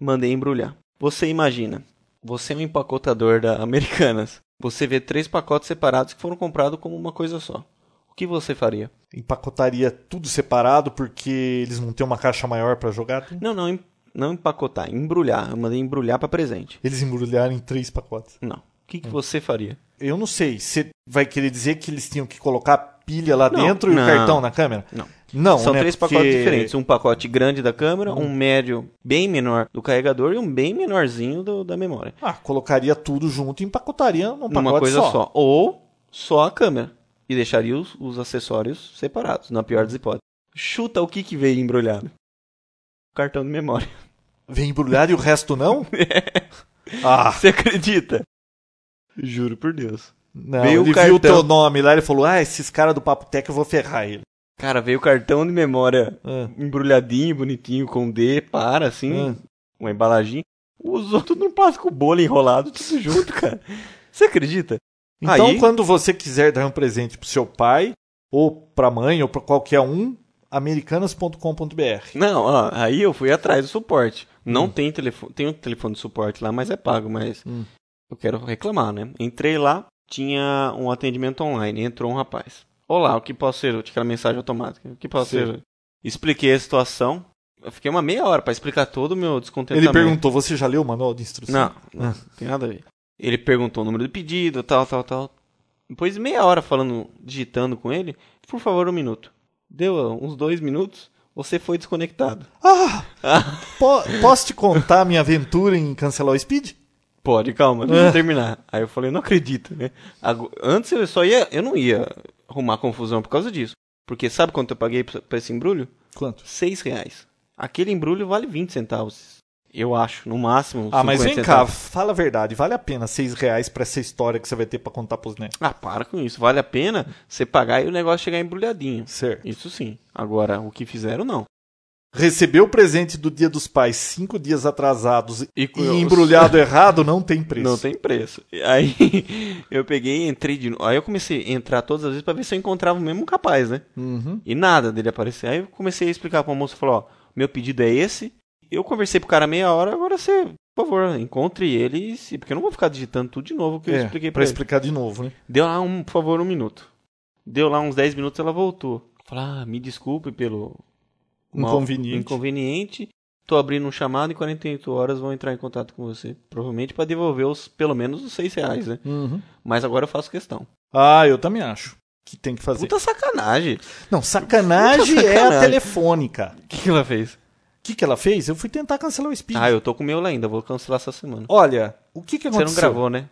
[SPEAKER 1] Mandei embrulhar. Você imagina, você é um empacotador da *laughs* Americanas. Você vê três pacotes separados que foram comprados como uma coisa só. O que você faria?
[SPEAKER 3] Empacotaria tudo separado porque eles não têm uma caixa maior pra jogar?
[SPEAKER 1] Não, não, em- não empacotar, embrulhar. Eu mandei embrulhar para presente.
[SPEAKER 3] Eles embrulharam em três pacotes.
[SPEAKER 1] Não. O que, que você faria?
[SPEAKER 3] Eu não sei. Você vai querer dizer que eles tinham que colocar a pilha lá
[SPEAKER 1] Não,
[SPEAKER 3] dentro e
[SPEAKER 1] não.
[SPEAKER 3] o cartão na câmera?
[SPEAKER 1] Não.
[SPEAKER 3] Não,
[SPEAKER 1] São
[SPEAKER 3] né?
[SPEAKER 1] três
[SPEAKER 3] Porque-
[SPEAKER 1] pacotes diferentes. Um pacote grande da câmera, um médio bem menor do carregador e um bem menorzinho do- da memória.
[SPEAKER 3] Ah, colocaria tudo junto e empacotaria num pacote
[SPEAKER 1] Uma coisa
[SPEAKER 3] só.
[SPEAKER 1] Um só. Ou só a câmera. E deixaria os, os acessórios separados, na pior das hipóteses. Chuta o que, que veio embrulhado. Cartão de memória.
[SPEAKER 3] Vem embrulhado e o
[SPEAKER 1] *laughs*
[SPEAKER 3] resto
[SPEAKER 1] Então,
[SPEAKER 3] não? ah,
[SPEAKER 1] Você acredita? Juro por Deus.
[SPEAKER 3] não.
[SPEAKER 1] Veio o
[SPEAKER 3] ele viu
[SPEAKER 1] cartão.
[SPEAKER 3] o teu nome lá e falou: Ah, esses caras do Papo Tech eu vou ferrar ele.
[SPEAKER 1] Cara, veio o cartão de memória
[SPEAKER 3] Ah.
[SPEAKER 1] embrulhadinho, bonitinho, com D, para, assim,
[SPEAKER 3] Ah.
[SPEAKER 1] uma embaladinha. Os outros não passam com bolo enrolado,
[SPEAKER 3] *laughs*
[SPEAKER 1] tudo junto, cara. Você acredita?
[SPEAKER 3] Então,
[SPEAKER 1] Aí-
[SPEAKER 3] quando você quiser dar um presente pro seu pai, ou pra mãe, ou pra qualquer um, americanas.com.br.
[SPEAKER 1] Não, ó, aí eu fui atrás do suporte. Não tem telefone, tem um telefone de suporte lá, mas é pago, mas
[SPEAKER 3] Hum.
[SPEAKER 1] eu quero reclamar, né? Entrei lá, tinha um atendimento online, entrou um rapaz. Olá, o que posso ser? Tinha aquela mensagem automática. O que posso
[SPEAKER 3] Sim.
[SPEAKER 1] ser? Expliquei a situação. Eu fiquei uma meia hora pra explicar todo o meu descontentamento.
[SPEAKER 3] Ele perguntou: Você já leu o manual de instrução?
[SPEAKER 1] Não, Assim, não,
[SPEAKER 3] Ah.
[SPEAKER 1] tem nada a ver. Ele perguntou o número do pedido, tal, tal, tal. Depois de meia hora falando, digitando com ele, por favor, um minuto. Deu ó, uns dois minutos, você foi desconectado.
[SPEAKER 3] Ah! po- posso te contar a minha aventura em cancelar o Speed?
[SPEAKER 1] Pode, calma, deixa eu terminar. Aí eu falei, não acredito, né? Ago- Antes eu só ia, eu não ia arrumar confusão por causa disso. Porque sabe quanto eu paguei pra pra esse embrulho?
[SPEAKER 3] Quanto?
[SPEAKER 1] Seis reais. Aquele embrulho vale 20 centavos. Eu acho, no máximo.
[SPEAKER 3] Ah, mas
[SPEAKER 1] 50
[SPEAKER 3] vem cá,
[SPEAKER 1] centavos.
[SPEAKER 3] fala a verdade, vale a pena seis reais pra essa história que você vai ter pra contar pros netos?
[SPEAKER 1] Ah, para com isso. Vale a pena você pagar e o negócio chegar embrulhadinho.
[SPEAKER 3] Certo.
[SPEAKER 1] Isso sim. Agora, o que fizeram, não.
[SPEAKER 3] Recebeu o presente do Dia dos Pais cinco dias atrasados e,
[SPEAKER 1] E com-
[SPEAKER 3] embrulhado errado, não tem preço.
[SPEAKER 1] Não tem preço. E Aí *laughs* eu peguei e entrei de novo. Aí eu comecei a entrar todas as vezes pra ver se eu encontrava o mesmo capaz, né?
[SPEAKER 3] Uhum.
[SPEAKER 1] E nada dele aparecer. Aí eu comecei a explicar pra moça, falou, ó, meu pedido é esse. Eu conversei pro cara meia hora, agora você, por favor, encontre ele e se... Porque eu não vou ficar digitando tudo de novo o que eu
[SPEAKER 3] É,
[SPEAKER 1] expliquei pra
[SPEAKER 3] pra
[SPEAKER 1] ele.
[SPEAKER 3] explicar de novo, né?
[SPEAKER 1] Deu lá, um, por favor, um minuto. Deu lá uns 10 minutos, ela voltou. Falei, ah, me desculpe pelo... mal-
[SPEAKER 3] Inconveniente.
[SPEAKER 1] Inconveniente. Tô abrindo um chamado e 48 horas vão entrar em contato com você. Provavelmente pra devolver os, pelo menos os 6 reais, né?
[SPEAKER 3] Uhum.
[SPEAKER 1] Mas agora eu faço questão.
[SPEAKER 3] Ah, eu também acho que tem que fazer.
[SPEAKER 1] Puta sacanagem.
[SPEAKER 3] Não, sacanagem,
[SPEAKER 1] Puta
[SPEAKER 3] é
[SPEAKER 1] sacanagem.
[SPEAKER 3] a telefônica.
[SPEAKER 1] O que, que ela fez?
[SPEAKER 3] O que, que ela fez? Eu fui tentar cancelar o Speed.
[SPEAKER 1] Ah, eu tô com o meu lá ainda, vou cancelar essa semana.
[SPEAKER 3] Olha, o que, que
[SPEAKER 1] Você
[SPEAKER 3] aconteceu?
[SPEAKER 1] não gravou, né?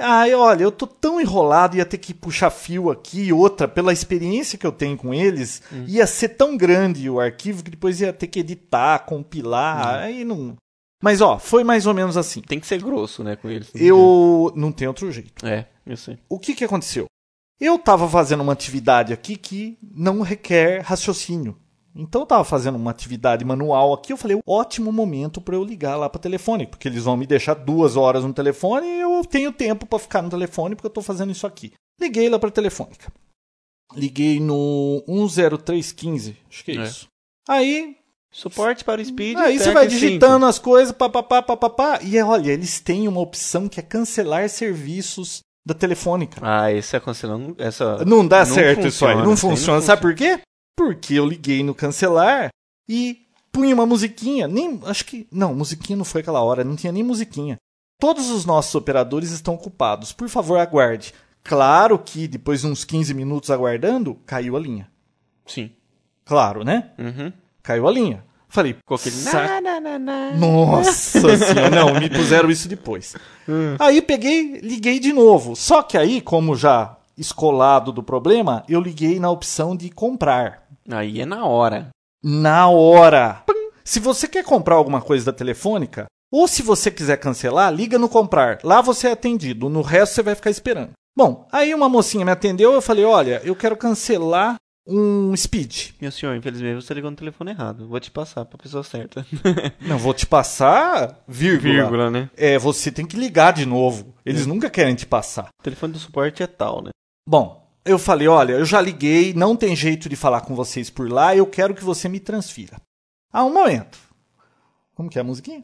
[SPEAKER 3] Ah, olha, eu tô tão enrolado, ia ter que puxar fio aqui e outra, pela experiência que eu tenho com eles, ia ser tão grande o arquivo que depois ia ter que editar, compilar, aí não... Mas, ó, foi mais ou menos assim.
[SPEAKER 1] Tem que ser grosso, né, com eles.
[SPEAKER 3] Eu não tenho outro jeito.
[SPEAKER 1] É, eu sei.
[SPEAKER 3] O que que aconteceu? Eu estava fazendo uma atividade aqui que não requer raciocínio. Então eu estava fazendo uma atividade manual aqui, eu falei, ótimo momento para eu ligar lá para telefone, porque eles vão me deixar duas horas no telefone e eu tenho tempo para ficar no telefone porque eu estou fazendo isso aqui. Liguei lá para telefônica. Liguei no 10315, acho que é,
[SPEAKER 1] É.
[SPEAKER 3] isso. Aí,
[SPEAKER 1] Suporte para o Speed.
[SPEAKER 3] aí você
[SPEAKER 1] Tech
[SPEAKER 3] Ah, vai
[SPEAKER 1] cinco.
[SPEAKER 3] digitando as coisas, papapá, papapá, e olha, eles têm uma opção que é cancelar é serviços da telefônica.
[SPEAKER 1] Ah, esse aconselhando. Essa...
[SPEAKER 3] Não dá certo isso
[SPEAKER 1] funciona,
[SPEAKER 3] aí. Não
[SPEAKER 1] isso aí não
[SPEAKER 3] funciona. Sabe por quê? Porque eu liguei no cancelar e punha uma musiquinha. Nem. Acho que. Não, musiquinha não foi aquela hora, não tinha nem musiquinha. Todos os nossos operadores estão ocupados. Por favor, aguarde. Claro que depois de uns 15 minutos aguardando, caiu a linha.
[SPEAKER 1] Sim.
[SPEAKER 3] Claro, né?
[SPEAKER 1] Uhum.
[SPEAKER 3] Caiu a linha. Falei,
[SPEAKER 1] Ficou aquele.
[SPEAKER 3] saca-
[SPEAKER 1] na, na, na.
[SPEAKER 3] nossa senhora, não, me puseram isso depois. Aí peguei, liguei de novo. Só que aí, como já escolado do problema, eu liguei na opção de comprar.
[SPEAKER 1] Aí é na hora.
[SPEAKER 3] Na hora. Se você quer comprar alguma coisa da telefônica, ou se você quiser cancelar, liga no comprar. Lá você é atendido, no resto você vai ficar esperando. Bom, aí uma mocinha me atendeu, eu falei: olha, eu quero cancelar um speed.
[SPEAKER 1] Meu senhor, infelizmente você ligou no telefone errado. Vou te passar pra pessoa *laughs* certa.
[SPEAKER 3] Não, vou te passar, vírgula.
[SPEAKER 1] né?
[SPEAKER 3] É, você tem que ligar de novo. Eles nunca querem te passar.
[SPEAKER 1] O telefone do suporte é tal, né?
[SPEAKER 3] Bom, eu falei, olha, eu já liguei, não tem jeito de falar com vocês por lá, eu quero que você me transfira. Ah, um momento. Como que é a musiquinha?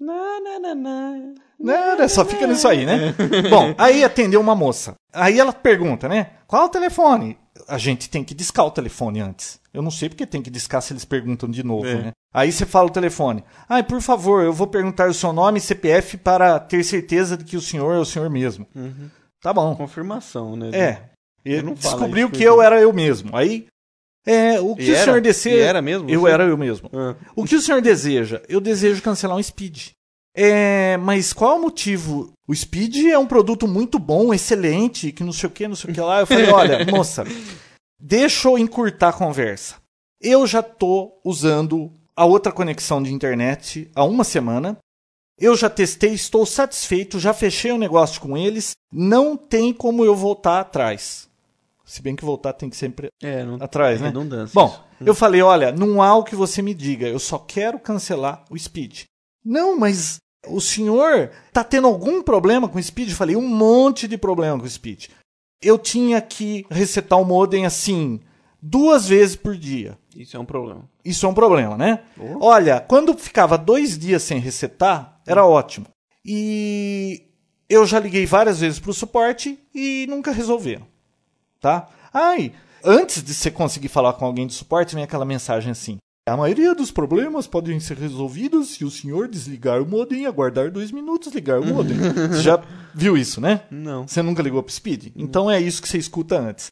[SPEAKER 1] Na, na, na, na.
[SPEAKER 3] Nada, só fica nisso aí, né? Bom, aí atendeu uma moça. Aí ela pergunta, né? Qual o telefone? A gente tem que discar o telefone antes. Eu não sei porque tem que discar se eles perguntam de novo,
[SPEAKER 1] É.
[SPEAKER 3] né? Aí você fala o telefone. Ai, por favor, eu vou perguntar o seu nome e CPF para ter certeza de que o senhor é o senhor mesmo.
[SPEAKER 1] Uhum.
[SPEAKER 3] Tá bom.
[SPEAKER 1] Confirmação, né?
[SPEAKER 3] É.
[SPEAKER 1] Ele
[SPEAKER 3] Ele
[SPEAKER 1] não fala
[SPEAKER 3] descobriu
[SPEAKER 1] isso,
[SPEAKER 3] que
[SPEAKER 1] coisa.
[SPEAKER 3] eu era eu mesmo. Aí, é, o que
[SPEAKER 1] E
[SPEAKER 3] o
[SPEAKER 1] era?
[SPEAKER 3] senhor deseja...
[SPEAKER 1] E era mesmo?
[SPEAKER 3] Eu
[SPEAKER 1] Você?
[SPEAKER 3] era eu mesmo.
[SPEAKER 1] Ah.
[SPEAKER 3] O que o senhor deseja? Eu desejo cancelar um Speed. É, mas qual é o motivo? O Speed é um produto muito bom, excelente, que não sei o que, não sei o que lá. Eu falei, olha, moça, deixa eu encurtar a conversa. Eu já tô usando a outra conexão de internet há uma semana. Eu já testei, estou satisfeito, já fechei o negócio com eles. Não tem como eu voltar atrás. Se bem que voltar tem que sempre
[SPEAKER 1] É, não
[SPEAKER 3] atrás, né?
[SPEAKER 1] redundância.
[SPEAKER 3] Bom, eu falei, olha, não há o que você me diga, eu só quero cancelar o Speed. Não, mas o senhor tá tendo algum problema com o Speed? Eu falei, um monte de problema com o Speed. Eu tinha que resetar o modem assim, duas vezes por dia.
[SPEAKER 1] Isso é um problema.
[SPEAKER 3] Isso é um problema, né?
[SPEAKER 1] Oh.
[SPEAKER 3] Olha, quando ficava dois dias sem resetar, era ótimo. E eu já liguei várias vezes para o suporte e nunca resolveram. Tá? Ai, antes de você conseguir falar com alguém do suporte, vem aquela mensagem assim. A maioria dos problemas podem ser resolvidos se o senhor desligar o modem, aguardar dois minutos, ligar o modem. Você já viu isso, né?
[SPEAKER 1] Não.
[SPEAKER 3] Você nunca ligou para Speed? Então é isso que você escuta antes.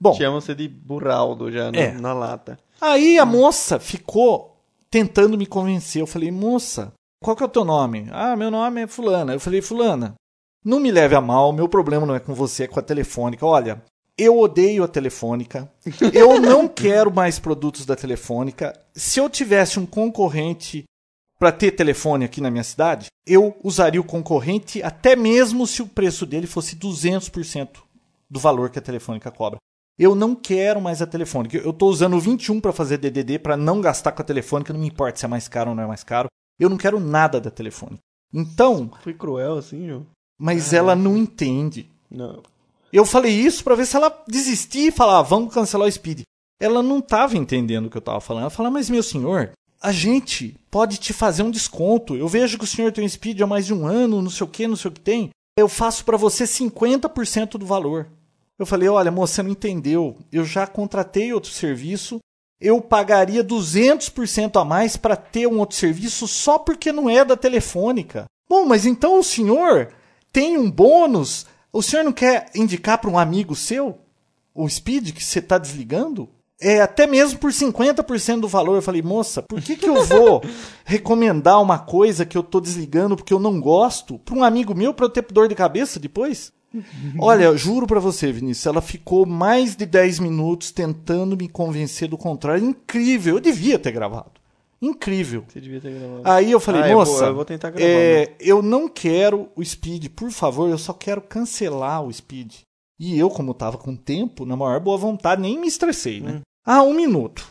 [SPEAKER 3] Bom,
[SPEAKER 1] Chama você de burraldo já na,
[SPEAKER 3] É.
[SPEAKER 1] na lata.
[SPEAKER 3] Aí a moça ficou tentando me convencer. Eu falei, moça, qual que é o teu nome? Ah, meu nome é Fulana. Eu falei, Fulana, não me leve a mal, meu problema não é com você, é com a telefônica. Olha, eu odeio a telefônica. Eu não quero mais produtos da telefônica. Se eu tivesse um concorrente para ter telefone aqui na minha cidade, eu usaria o concorrente até mesmo se o preço dele fosse 200% do valor que a telefônica cobra. Eu não quero mais a telefônica. Eu estou usando o 21 para fazer DDD para não gastar com a telefônica, não me importa se é mais caro ou não é mais caro. Eu não quero nada da telefônica. Então,
[SPEAKER 1] Foi cruel assim, João?
[SPEAKER 3] mas ela não entende.
[SPEAKER 1] Não.
[SPEAKER 3] Eu falei isso pra ver se ela desistir e falar, "Ah, vamos cancelar o Speed. Ela não tava entendendo o que eu tava falando. Ela falou, mas meu senhor, a gente pode te fazer um desconto. Eu vejo que o senhor tem um Speed há mais de um ano, não sei o que, não sei o que tem. Eu faço pra você 50% do valor. Eu falei, olha, moça, você não entendeu. Eu já contratei outro serviço. Eu pagaria 200% a mais pra ter um outro serviço só porque não é da telefônica. Bom, mas então o senhor tem um bônus? O senhor não quer indicar para um amigo seu o speed que você está desligando? É até mesmo por 50% do valor. Eu falei, moça, por que, que eu vou recomendar uma coisa que eu estou desligando porque eu não gosto para um amigo meu para eu ter dor de cabeça depois? Olha, eu juro pra você, Vinícius, ela ficou mais de 10 minutos tentando me convencer do contrário. Incrível, eu devia ter gravado. Incrível.
[SPEAKER 1] Você devia ter gravado.
[SPEAKER 3] Aí eu falei,
[SPEAKER 1] Ah, eu
[SPEAKER 3] moça,
[SPEAKER 1] vou- eu vou tentar gravar, né?"
[SPEAKER 3] é, eu não quero o Speed, por favor, eu só quero cancelar o Speed. E eu, como tava com tempo, na maior boa vontade, nem me estressei,
[SPEAKER 1] Hum.
[SPEAKER 3] né? Ah, um minuto.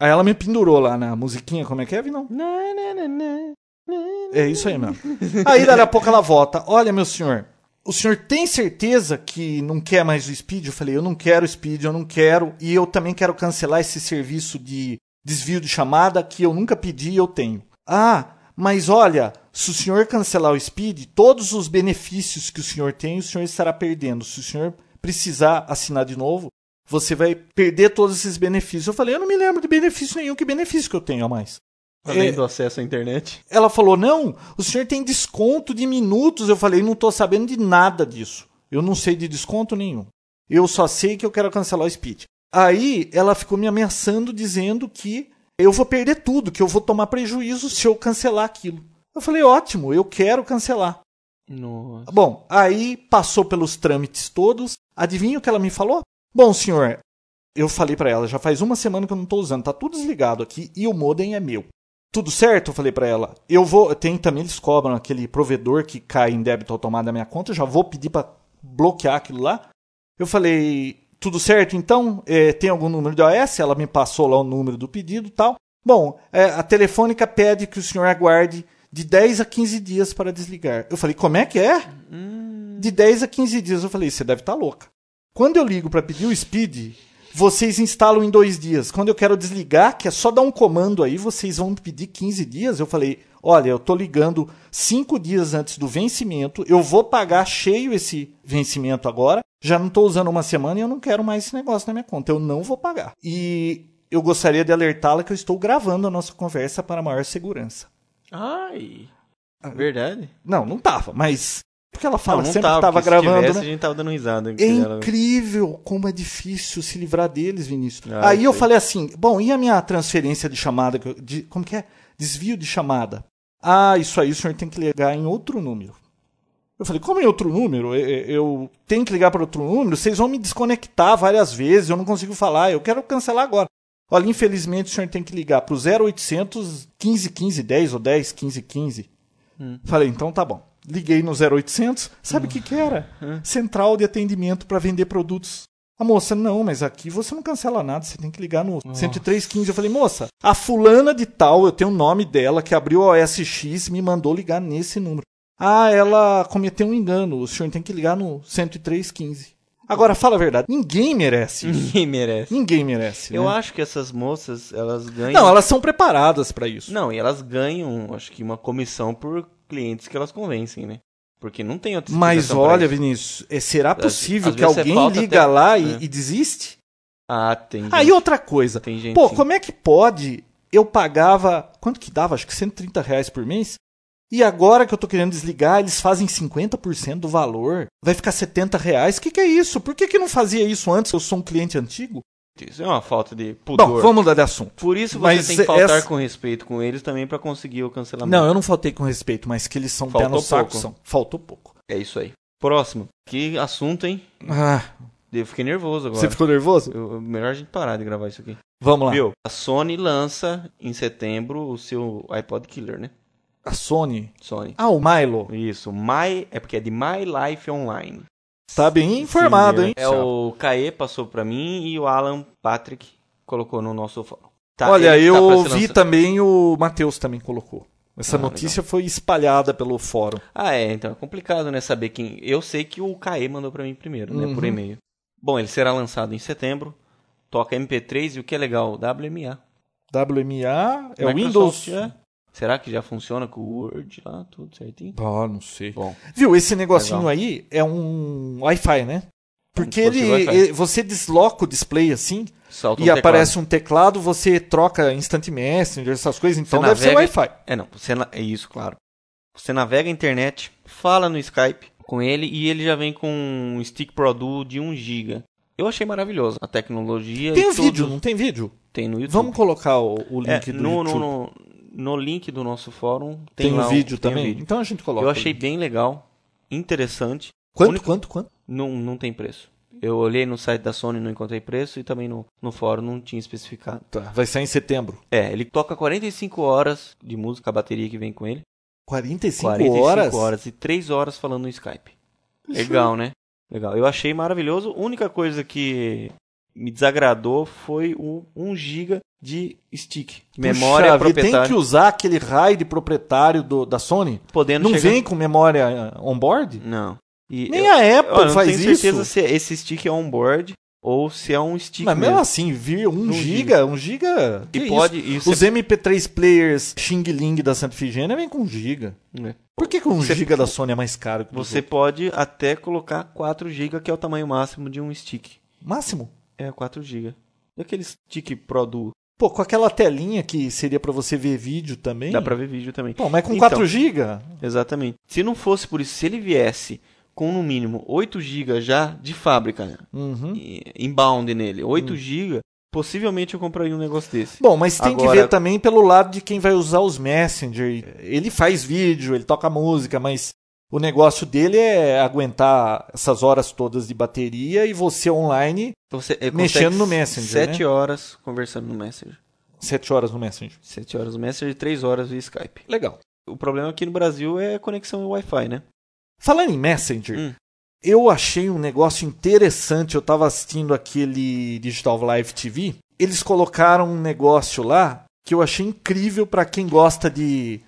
[SPEAKER 3] Aí ela me pendurou lá na musiquinha, como é que é, Vinão?
[SPEAKER 1] Na, na, na, na, na.
[SPEAKER 3] É isso aí mesmo. Aí, dali a pouco, ela volta. Olha, meu senhor, o senhor tem certeza que não quer mais o Speed? Eu falei, eu não quero o Speed, eu não quero. E eu também quero cancelar esse serviço de desvio de chamada que eu nunca pedi e eu tenho. Ah, Mas olha, se o senhor cancelar o Speed, todos os benefícios que o senhor tem, o senhor estará perdendo. Se o senhor precisar assinar de novo, você vai perder todos esses benefícios. Eu falei, eu não me lembro de benefício nenhum, que benefício que eu tenho a mais?
[SPEAKER 1] Além
[SPEAKER 3] É,
[SPEAKER 1] do acesso à internet.
[SPEAKER 3] Ela falou, não, o senhor tem desconto de minutos. Eu falei, não estou sabendo de nada disso. Eu não sei de desconto nenhum. Eu só sei que eu quero cancelar o Speed. Aí ela ficou me ameaçando, dizendo que eu vou perder tudo, que eu vou tomar prejuízo se eu cancelar aquilo. Eu falei, ótimo, eu quero cancelar.
[SPEAKER 1] Nossa.
[SPEAKER 3] Bom, aí passou pelos trâmites todos. Adivinha o que ela me falou? Bom, senhor, eu falei pra ela, já faz uma semana que eu não tô usando, tá tudo desligado aqui e o modem é meu. Tudo certo? Eu falei pra ela. Eu vou, tem também eles cobram aquele provedor que cai em débito automático da minha conta, eu já vou pedir pra bloquear aquilo lá. Eu falei, tudo certo então? É, tem algum número de OS? Ela me passou lá o número do pedido e tal. Bom, é, a telefônica pede que o senhor aguarde de 10 a 15 dias para desligar. Eu falei, como é que é? De 10 a 15 dias. Eu falei, você deve estar louca. Quando eu ligo para pedir o speed, vocês instalam em dois dias. Quando eu quero desligar, que é só dar um comando aí, vocês vão pedir 15 dias. Eu falei, olha, eu tô ligando cinco dias antes do vencimento, eu vou pagar cheio esse vencimento agora. Já não estou usando uma semana e eu não quero mais esse negócio na minha conta. Eu não vou pagar. E eu gostaria de alertá-la que eu estou gravando a nossa conversa para maior segurança.
[SPEAKER 1] Ai.
[SPEAKER 3] Ah,
[SPEAKER 1] Verdade?
[SPEAKER 3] Não, não tava, mas. Porque ela fala
[SPEAKER 1] Não, não
[SPEAKER 3] sempre
[SPEAKER 1] tava,
[SPEAKER 3] que tava
[SPEAKER 1] porque se
[SPEAKER 3] gravando,
[SPEAKER 1] tivesse,
[SPEAKER 3] né?
[SPEAKER 1] a gente tava dando risada.
[SPEAKER 3] É
[SPEAKER 1] dela.
[SPEAKER 3] incrível como é difícil se livrar deles, Vinícius.
[SPEAKER 1] Ah,
[SPEAKER 3] Aí eu
[SPEAKER 1] sei.
[SPEAKER 3] falei assim: bom, e a minha transferência de chamada? que eu- de- como que é? Desvio de chamada. Ah, isso aí o senhor tem que ligar em outro número. Eu falei, como em outro número? Eu, eu tenho que ligar para outro número? Vocês vão me desconectar várias vezes, eu não consigo falar, eu quero cancelar agora. Olha, infelizmente o senhor tem que ligar para o 0800 15 15 10 ou 10 15 15. Falei, então tá bom. Liguei no 0800, sabe o que que era?
[SPEAKER 1] Hum.
[SPEAKER 3] Central de atendimento para vender produtos. A moça, não, mas aqui você não cancela nada, você tem que ligar no 10315. Eu falei, moça, a fulana de tal, eu tenho o nome dela, que abriu a OSX, me mandou ligar nesse número. Ah, ela cometeu um engano, o senhor tem que ligar no 10315. Agora, fala a verdade, ninguém merece isso.
[SPEAKER 1] Ninguém *laughs* merece.
[SPEAKER 3] ninguém merece,
[SPEAKER 1] Hum. Eu
[SPEAKER 3] né?
[SPEAKER 1] acho que essas moças, elas ganham.
[SPEAKER 3] Não, elas são preparadas para isso.
[SPEAKER 1] Não, e elas ganham, acho que, uma comissão por clientes que elas convencem, né? Porque não tem outra
[SPEAKER 3] Mas
[SPEAKER 1] explicação pra
[SPEAKER 3] olha,
[SPEAKER 1] isso.
[SPEAKER 3] Vinícius, eh, será possível
[SPEAKER 1] às
[SPEAKER 3] que
[SPEAKER 1] vezes você
[SPEAKER 3] alguém
[SPEAKER 1] falta
[SPEAKER 3] liga
[SPEAKER 1] até-
[SPEAKER 3] lá e,
[SPEAKER 1] É.
[SPEAKER 3] e desiste?
[SPEAKER 1] Ah, tem. Gente,
[SPEAKER 3] Aí outra coisa.
[SPEAKER 1] Tem gente.
[SPEAKER 3] Pô,
[SPEAKER 1] sim.
[SPEAKER 3] como é que pode? Eu pagava. Quanto que dava? Acho que 130 reais por mês. E agora que eu tô querendo desligar, eles fazem 50% do valor. Vai ficar 70 reais. O que, que é isso? Por que, que não fazia isso antes? Eu sou um cliente antigo?
[SPEAKER 1] Isso é uma falta de pudor.
[SPEAKER 3] Bom, vamos mudar de assunto.
[SPEAKER 1] Por isso você
[SPEAKER 3] Mas
[SPEAKER 1] tem que faltar
[SPEAKER 3] essa-
[SPEAKER 1] com respeito com eles também pra conseguir o cancelamento.
[SPEAKER 3] Não, eu não faltei com respeito, mas que eles são pé
[SPEAKER 1] Tá Faltou
[SPEAKER 3] no saco.
[SPEAKER 1] pouco.
[SPEAKER 3] São. Faltou pouco.
[SPEAKER 1] É isso aí. Próximo. Que assunto, hein?
[SPEAKER 3] Ah,
[SPEAKER 1] Eu fiquei nervoso agora.
[SPEAKER 3] você ficou nervoso?
[SPEAKER 1] Eu- melhor a gente parar de gravar isso aqui.
[SPEAKER 3] Vamos lá.
[SPEAKER 1] Viu? A Sony lança em setembro o seu iPod Killer, né?
[SPEAKER 3] A Sony.
[SPEAKER 1] Sony.
[SPEAKER 3] Ah, o Milo.
[SPEAKER 1] Isso. My... É porque é de My Life Online.
[SPEAKER 3] Tá bem informado, hein?
[SPEAKER 1] É o Caê passou pra mim e o Alan Patrick colocou no nosso fórum. Tá,
[SPEAKER 3] Olha,
[SPEAKER 1] ele tá pra
[SPEAKER 3] eu
[SPEAKER 1] ser
[SPEAKER 3] vi
[SPEAKER 1] lança-
[SPEAKER 3] também, o Matheus também colocou. Essa
[SPEAKER 1] Ah,
[SPEAKER 3] notícia foi espalhada pelo fórum.
[SPEAKER 1] Ah, é, então é complicado, né, saber quem. Eu sei que o Caê mandou pra mim primeiro, né, por
[SPEAKER 3] Uhum.
[SPEAKER 1] e-mail. Bom, ele será lançado em setembro. Toca MP3 e o que é legal, WMA.
[SPEAKER 3] WMA é o
[SPEAKER 1] Microsoft,
[SPEAKER 3] Windows.
[SPEAKER 1] é. Será que já funciona com o Word lá, tudo certinho?
[SPEAKER 3] Ah, não sei.
[SPEAKER 1] Bom,
[SPEAKER 3] Viu, esse negocinho
[SPEAKER 1] Legal.
[SPEAKER 3] aí é um Wi-Fi, né? Porque
[SPEAKER 1] Como se
[SPEAKER 3] ele,
[SPEAKER 1] fosse Wi-Fi.
[SPEAKER 3] ele- você desloca o display assim
[SPEAKER 1] salta um
[SPEAKER 3] e
[SPEAKER 1] teclado.
[SPEAKER 3] aparece um teclado, você troca Instant Messenger, essas coisas, então
[SPEAKER 1] Você
[SPEAKER 3] deve ser
[SPEAKER 1] navega-
[SPEAKER 3] Wi-Fi.
[SPEAKER 1] É, não, você na- é isso, claro. Você navega a internet, fala no Skype com ele e ele já vem com um stick Pro Duo de 1 GB. Eu achei maravilhoso a tecnologia.
[SPEAKER 3] Tem
[SPEAKER 1] e
[SPEAKER 3] um vídeo,
[SPEAKER 1] tudo
[SPEAKER 3] não tem vídeo?
[SPEAKER 1] Tem no YouTube.
[SPEAKER 3] Vamos colocar o, o
[SPEAKER 1] É,
[SPEAKER 3] link do
[SPEAKER 1] no,
[SPEAKER 3] YouTube.
[SPEAKER 1] no, no, no link do nosso fórum tem,
[SPEAKER 3] tem o
[SPEAKER 1] lá
[SPEAKER 3] vídeo
[SPEAKER 1] tem um
[SPEAKER 3] também?
[SPEAKER 1] vídeo.
[SPEAKER 3] Então a gente coloca.
[SPEAKER 1] Eu
[SPEAKER 3] o
[SPEAKER 1] achei
[SPEAKER 3] link.
[SPEAKER 1] bem legal, interessante.
[SPEAKER 3] Quanto,
[SPEAKER 1] único-
[SPEAKER 3] quanto, quanto?
[SPEAKER 1] Não, não tem preço. Eu olhei no site da Sony não encontrei preço e também no, no fórum não tinha especificado.
[SPEAKER 3] Tá, vai sair em setembro.
[SPEAKER 1] É, ele toca 45 horas de música, a bateria que vem com ele.
[SPEAKER 3] 45,
[SPEAKER 1] 45
[SPEAKER 3] horas?
[SPEAKER 1] horas. e 3 horas falando no Skype. Legal, né? Legal. Eu achei maravilhoso. A única coisa que me desagradou foi o 1 GB de stick. Memória
[SPEAKER 3] Puxa vida,
[SPEAKER 1] proprietária.
[SPEAKER 3] Tem que usar aquele raio de proprietário do- da Sony?
[SPEAKER 1] Podendo
[SPEAKER 3] não
[SPEAKER 1] chegar...
[SPEAKER 3] vem com memória eh, on-board?
[SPEAKER 1] Não. E
[SPEAKER 3] Nem
[SPEAKER 1] eu-
[SPEAKER 3] a Apple
[SPEAKER 1] Olha, eu não
[SPEAKER 3] faz
[SPEAKER 1] tenho
[SPEAKER 3] isso.
[SPEAKER 1] certeza se esse stick é onboard ou se é um stick
[SPEAKER 3] Mas mesmo
[SPEAKER 1] mesmo.
[SPEAKER 3] assim, vir 1
[SPEAKER 1] Um
[SPEAKER 3] giga, 1 giga.
[SPEAKER 1] E
[SPEAKER 3] que
[SPEAKER 1] pode-
[SPEAKER 3] isso?
[SPEAKER 1] e você-
[SPEAKER 3] Os MP3 players Xing Ling da Santa Efigênia vem com 1 giga.
[SPEAKER 1] É.
[SPEAKER 3] Por que, que 1
[SPEAKER 1] Você-
[SPEAKER 3] giga da Sony é mais caro que
[SPEAKER 1] Você
[SPEAKER 3] você?
[SPEAKER 1] pode até colocar 4 GB, que é o tamanho máximo de um stick.
[SPEAKER 3] Máximo?
[SPEAKER 1] É, 4 GB. E aquele stick Pro Duo?
[SPEAKER 3] Pô, com aquela telinha que seria pra você ver vídeo também.
[SPEAKER 1] Dá pra ver vídeo também.
[SPEAKER 3] Pô, mas com
[SPEAKER 1] Então.
[SPEAKER 3] 4 giga?
[SPEAKER 1] Exatamente. Se não fosse por isso, se ele viesse com no mínimo 8 GB já de fábrica, né?
[SPEAKER 3] Uhum.
[SPEAKER 1] E- inbound nele,
[SPEAKER 3] Hum.
[SPEAKER 1] 8 GB, possivelmente eu compraria um negócio desse.
[SPEAKER 3] Bom, mas tem que
[SPEAKER 1] Agora-
[SPEAKER 3] ver também pelo lado de quem vai usar os Messenger. Ele faz vídeo, ele toca música, mas o negócio dele é aguentar essas horas todas de bateria e você online
[SPEAKER 1] Você, é,
[SPEAKER 3] Mexendo
[SPEAKER 1] consegue
[SPEAKER 3] no Messenger,
[SPEAKER 1] 7
[SPEAKER 3] né?
[SPEAKER 1] horas conversando no Messenger.
[SPEAKER 3] sete horas no Messenger.
[SPEAKER 1] 7 horas no Messenger e 3 horas via Skype.
[SPEAKER 3] Legal.
[SPEAKER 1] O problema aqui no Brasil é conexão Wi-Fi, né?
[SPEAKER 3] Falando em Messenger,
[SPEAKER 1] Hum.
[SPEAKER 3] eu achei um negócio interessante. Eu tava assistindo aquele Digital Live TV. Eles colocaram um negócio lá que eu achei incrível pra quem gosta de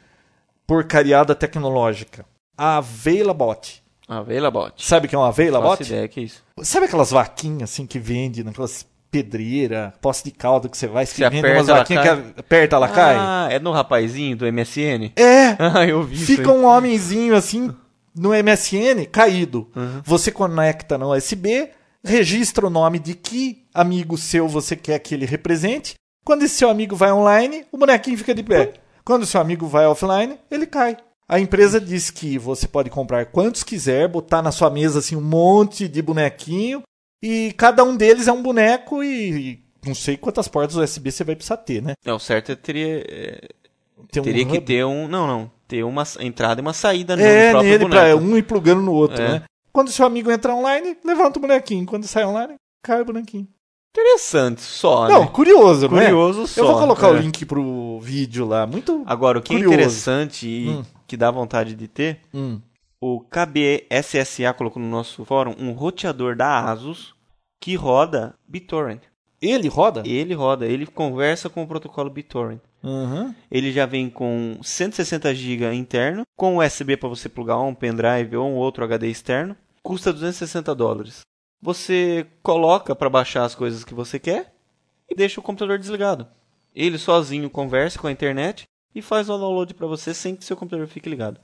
[SPEAKER 3] porcariada tecnológica. A Veilabot.
[SPEAKER 1] Availabot.
[SPEAKER 3] Sabe o que é uma
[SPEAKER 1] Faço
[SPEAKER 3] Veilabot?
[SPEAKER 1] ideia que é isso.
[SPEAKER 3] Sabe aquelas vaquinhas assim que vende naquelas pedreira, poça de caldo que você vai,
[SPEAKER 1] Você
[SPEAKER 3] você vende umas
[SPEAKER 1] aperta, ela
[SPEAKER 3] vaquinhas que
[SPEAKER 1] cai.
[SPEAKER 3] aperta, ela cai?
[SPEAKER 1] Ah, é no rapazinho do MSN?
[SPEAKER 3] É!
[SPEAKER 1] *laughs* Ah, eu vi
[SPEAKER 3] Fica
[SPEAKER 1] isso.
[SPEAKER 3] um homenzinho assim no MSN caído.
[SPEAKER 1] Uhum.
[SPEAKER 3] Você conecta no USB, registra o nome de que amigo seu você quer que ele represente. Quando esse seu amigo vai online, o bonequinho fica de pé. Quando o seu amigo vai offline, ele cai. A empresa diz que você pode comprar quantos quiser, botar na sua mesa assim um monte de bonequinho e cada um deles é um boneco e, e não sei quantas portas USB você vai precisar ter, né?
[SPEAKER 1] Não, o certo é teria, é,
[SPEAKER 3] Tem um
[SPEAKER 1] teria que
[SPEAKER 3] hub.
[SPEAKER 1] ter um... Não, não. Ter uma s- entrada e uma saída né, no
[SPEAKER 3] É,
[SPEAKER 1] próprio
[SPEAKER 3] nele, pra
[SPEAKER 1] boneco.
[SPEAKER 3] um ir plugando no outro,
[SPEAKER 1] É.
[SPEAKER 3] né? Quando seu amigo entra online, levanta o bonequinho. Quando sai online, cai o bonequinho.
[SPEAKER 1] Interessante, só,
[SPEAKER 3] não,
[SPEAKER 1] né?
[SPEAKER 3] curioso, não é?
[SPEAKER 1] Curioso só.
[SPEAKER 3] Eu vou colocar o
[SPEAKER 1] é.
[SPEAKER 3] link pro vídeo lá. Muito.
[SPEAKER 1] Agora, o que
[SPEAKER 3] Curioso.
[SPEAKER 1] é interessante e
[SPEAKER 3] Hum.
[SPEAKER 1] que dá vontade de ter, o KBSSA colocou no nosso fórum um roteador da ASUS que roda BitTorrent.
[SPEAKER 3] Ele roda?
[SPEAKER 1] Ele roda, ele conversa com o protocolo BitTorrent.
[SPEAKER 3] Uhum.
[SPEAKER 1] Ele já vem com 160 GB interno, com USB para você plugar um pendrive ou um outro HD externo. Custa 260 dólares. Você coloca para baixar as coisas que você quer e deixa o computador desligado. Ele sozinho conversa com a internet e faz o download para você sem que seu computador fique ligado.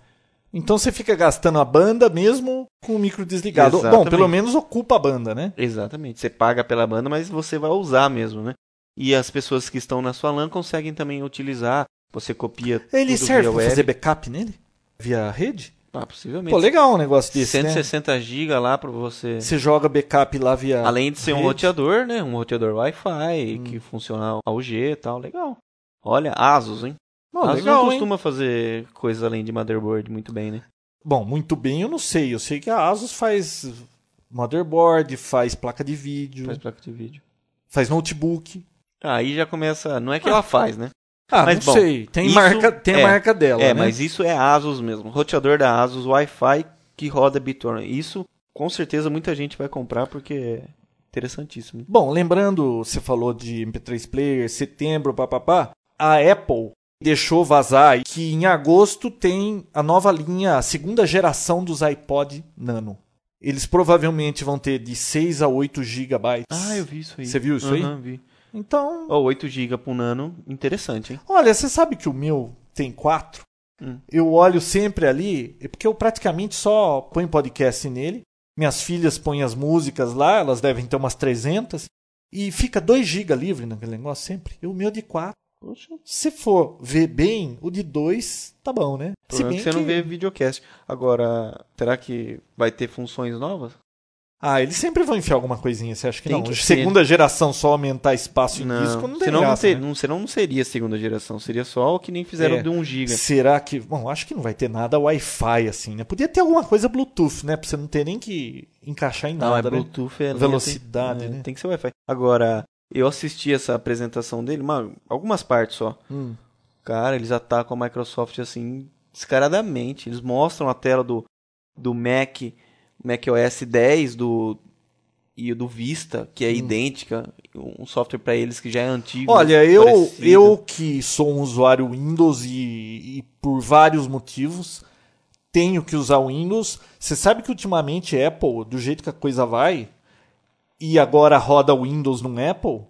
[SPEAKER 3] Então você fica gastando a banda mesmo com o micro desligado. Bom,
[SPEAKER 1] Exatamente.
[SPEAKER 3] pelo menos ocupa a banda, né?
[SPEAKER 1] Exatamente. Você paga pela banda, mas você vai usar mesmo, né? E as pessoas que estão na sua LAN conseguem também utilizar. Você copia
[SPEAKER 3] Ele
[SPEAKER 1] tudo
[SPEAKER 3] serve
[SPEAKER 1] via
[SPEAKER 3] pra
[SPEAKER 1] web.
[SPEAKER 3] fazer backup nele? Via rede?
[SPEAKER 1] Ah, possivelmente.
[SPEAKER 3] Pô, legal um negócio desse. Né?
[SPEAKER 1] 160 GB lá para você.
[SPEAKER 3] Você joga backup lá via.
[SPEAKER 1] Além de ser um
[SPEAKER 3] rede.
[SPEAKER 1] roteador, né? Um roteador Wi-Fi que funciona ao G e tal. Legal. Olha, Asus, hein?
[SPEAKER 3] Pô,
[SPEAKER 1] Asus
[SPEAKER 3] legal,
[SPEAKER 1] não
[SPEAKER 3] hein?
[SPEAKER 1] costuma fazer coisa além de motherboard muito bem, né?
[SPEAKER 3] Bom, muito bem, eu não sei. Eu sei que a Asus faz motherboard, faz placa de vídeo,
[SPEAKER 1] Faz
[SPEAKER 3] faz,
[SPEAKER 1] placa de vídeo.
[SPEAKER 3] notebook.
[SPEAKER 1] Aí já começa. Não é que ela faz, *laughs* né?
[SPEAKER 3] Ah,
[SPEAKER 1] Mas,
[SPEAKER 3] não
[SPEAKER 1] bom,
[SPEAKER 3] sei. Tem
[SPEAKER 1] isso
[SPEAKER 3] marca, tem
[SPEAKER 1] é.
[SPEAKER 3] a marca dela,
[SPEAKER 1] é,
[SPEAKER 3] né?
[SPEAKER 1] mas isso é Asus mesmo. Roteador da Asus, Wi-Fi que roda BitTorrent. Isso com certeza muita gente vai comprar porque é interessantíssimo.
[SPEAKER 3] Bom, lembrando, você falou de MP3 player, setembro, papapá. A Apple deixou vazar que em agosto tem a nova linha, a segunda geração dos iPod Nano. Eles provavelmente vão ter de 6 a 8 gigabytes.
[SPEAKER 1] Ah, eu vi isso aí.
[SPEAKER 3] Você viu isso aí?
[SPEAKER 1] Aham, vi.
[SPEAKER 3] Então,
[SPEAKER 1] Ó, 8GB pro Nano, interessante, hein?
[SPEAKER 3] Olha, você sabe que o meu tem quatro?
[SPEAKER 1] Hum.
[SPEAKER 3] Eu olho sempre ali, é porque eu praticamente só ponho podcast nele. Minhas filhas põem as músicas lá, elas devem ter umas 300. E fica 2 GB livre naquele negócio sempre. E o meu de 4.
[SPEAKER 1] Poxa,
[SPEAKER 3] Se for ver bem, o de 2 tá bom, né?
[SPEAKER 1] O problema é que você não vê videocast. Agora, será que vai ter funções novas?
[SPEAKER 3] Ah, eles sempre vão enfiar alguma coisinha, você acha que
[SPEAKER 1] Tem
[SPEAKER 3] não?
[SPEAKER 1] que ter.
[SPEAKER 3] Segunda geração só aumentar espaço em disco não tem
[SPEAKER 1] senão,
[SPEAKER 3] graça,
[SPEAKER 1] não
[SPEAKER 3] né?
[SPEAKER 1] ter- não- senão não seria segunda geração, seria só o que nem fizeram
[SPEAKER 3] É.
[SPEAKER 1] de 1 giga.
[SPEAKER 3] Será que. Bom, acho que não vai ter nada Wi-Fi assim, né? Podia ter alguma coisa Bluetooth, né? Pra você não ter nem que encaixar em
[SPEAKER 1] Não, é
[SPEAKER 3] nada. né?
[SPEAKER 1] Bluetooth, é
[SPEAKER 3] Velocidade,
[SPEAKER 1] tem, é,
[SPEAKER 3] né?
[SPEAKER 1] Tem que ser Wi-Fi. Agora, eu assisti essa apresentação dele, mano, algumas partes só.
[SPEAKER 3] Hum.
[SPEAKER 1] Cara, eles atacam a Microsoft assim, descaradamente. Eles mostram a tela do, do Mac, Mac OS 10 do, e do Vista,
[SPEAKER 3] Hum.
[SPEAKER 1] que é idêntica. Um software pra eles que já é antigo.
[SPEAKER 3] Olha, eu,
[SPEAKER 1] parecido.
[SPEAKER 3] eu que sou um usuário Windows e, e por vários motivos tenho que usar o Windows. Você sabe que ultimamente Apple, do jeito que a coisa vai, e agora roda Windows num Apple,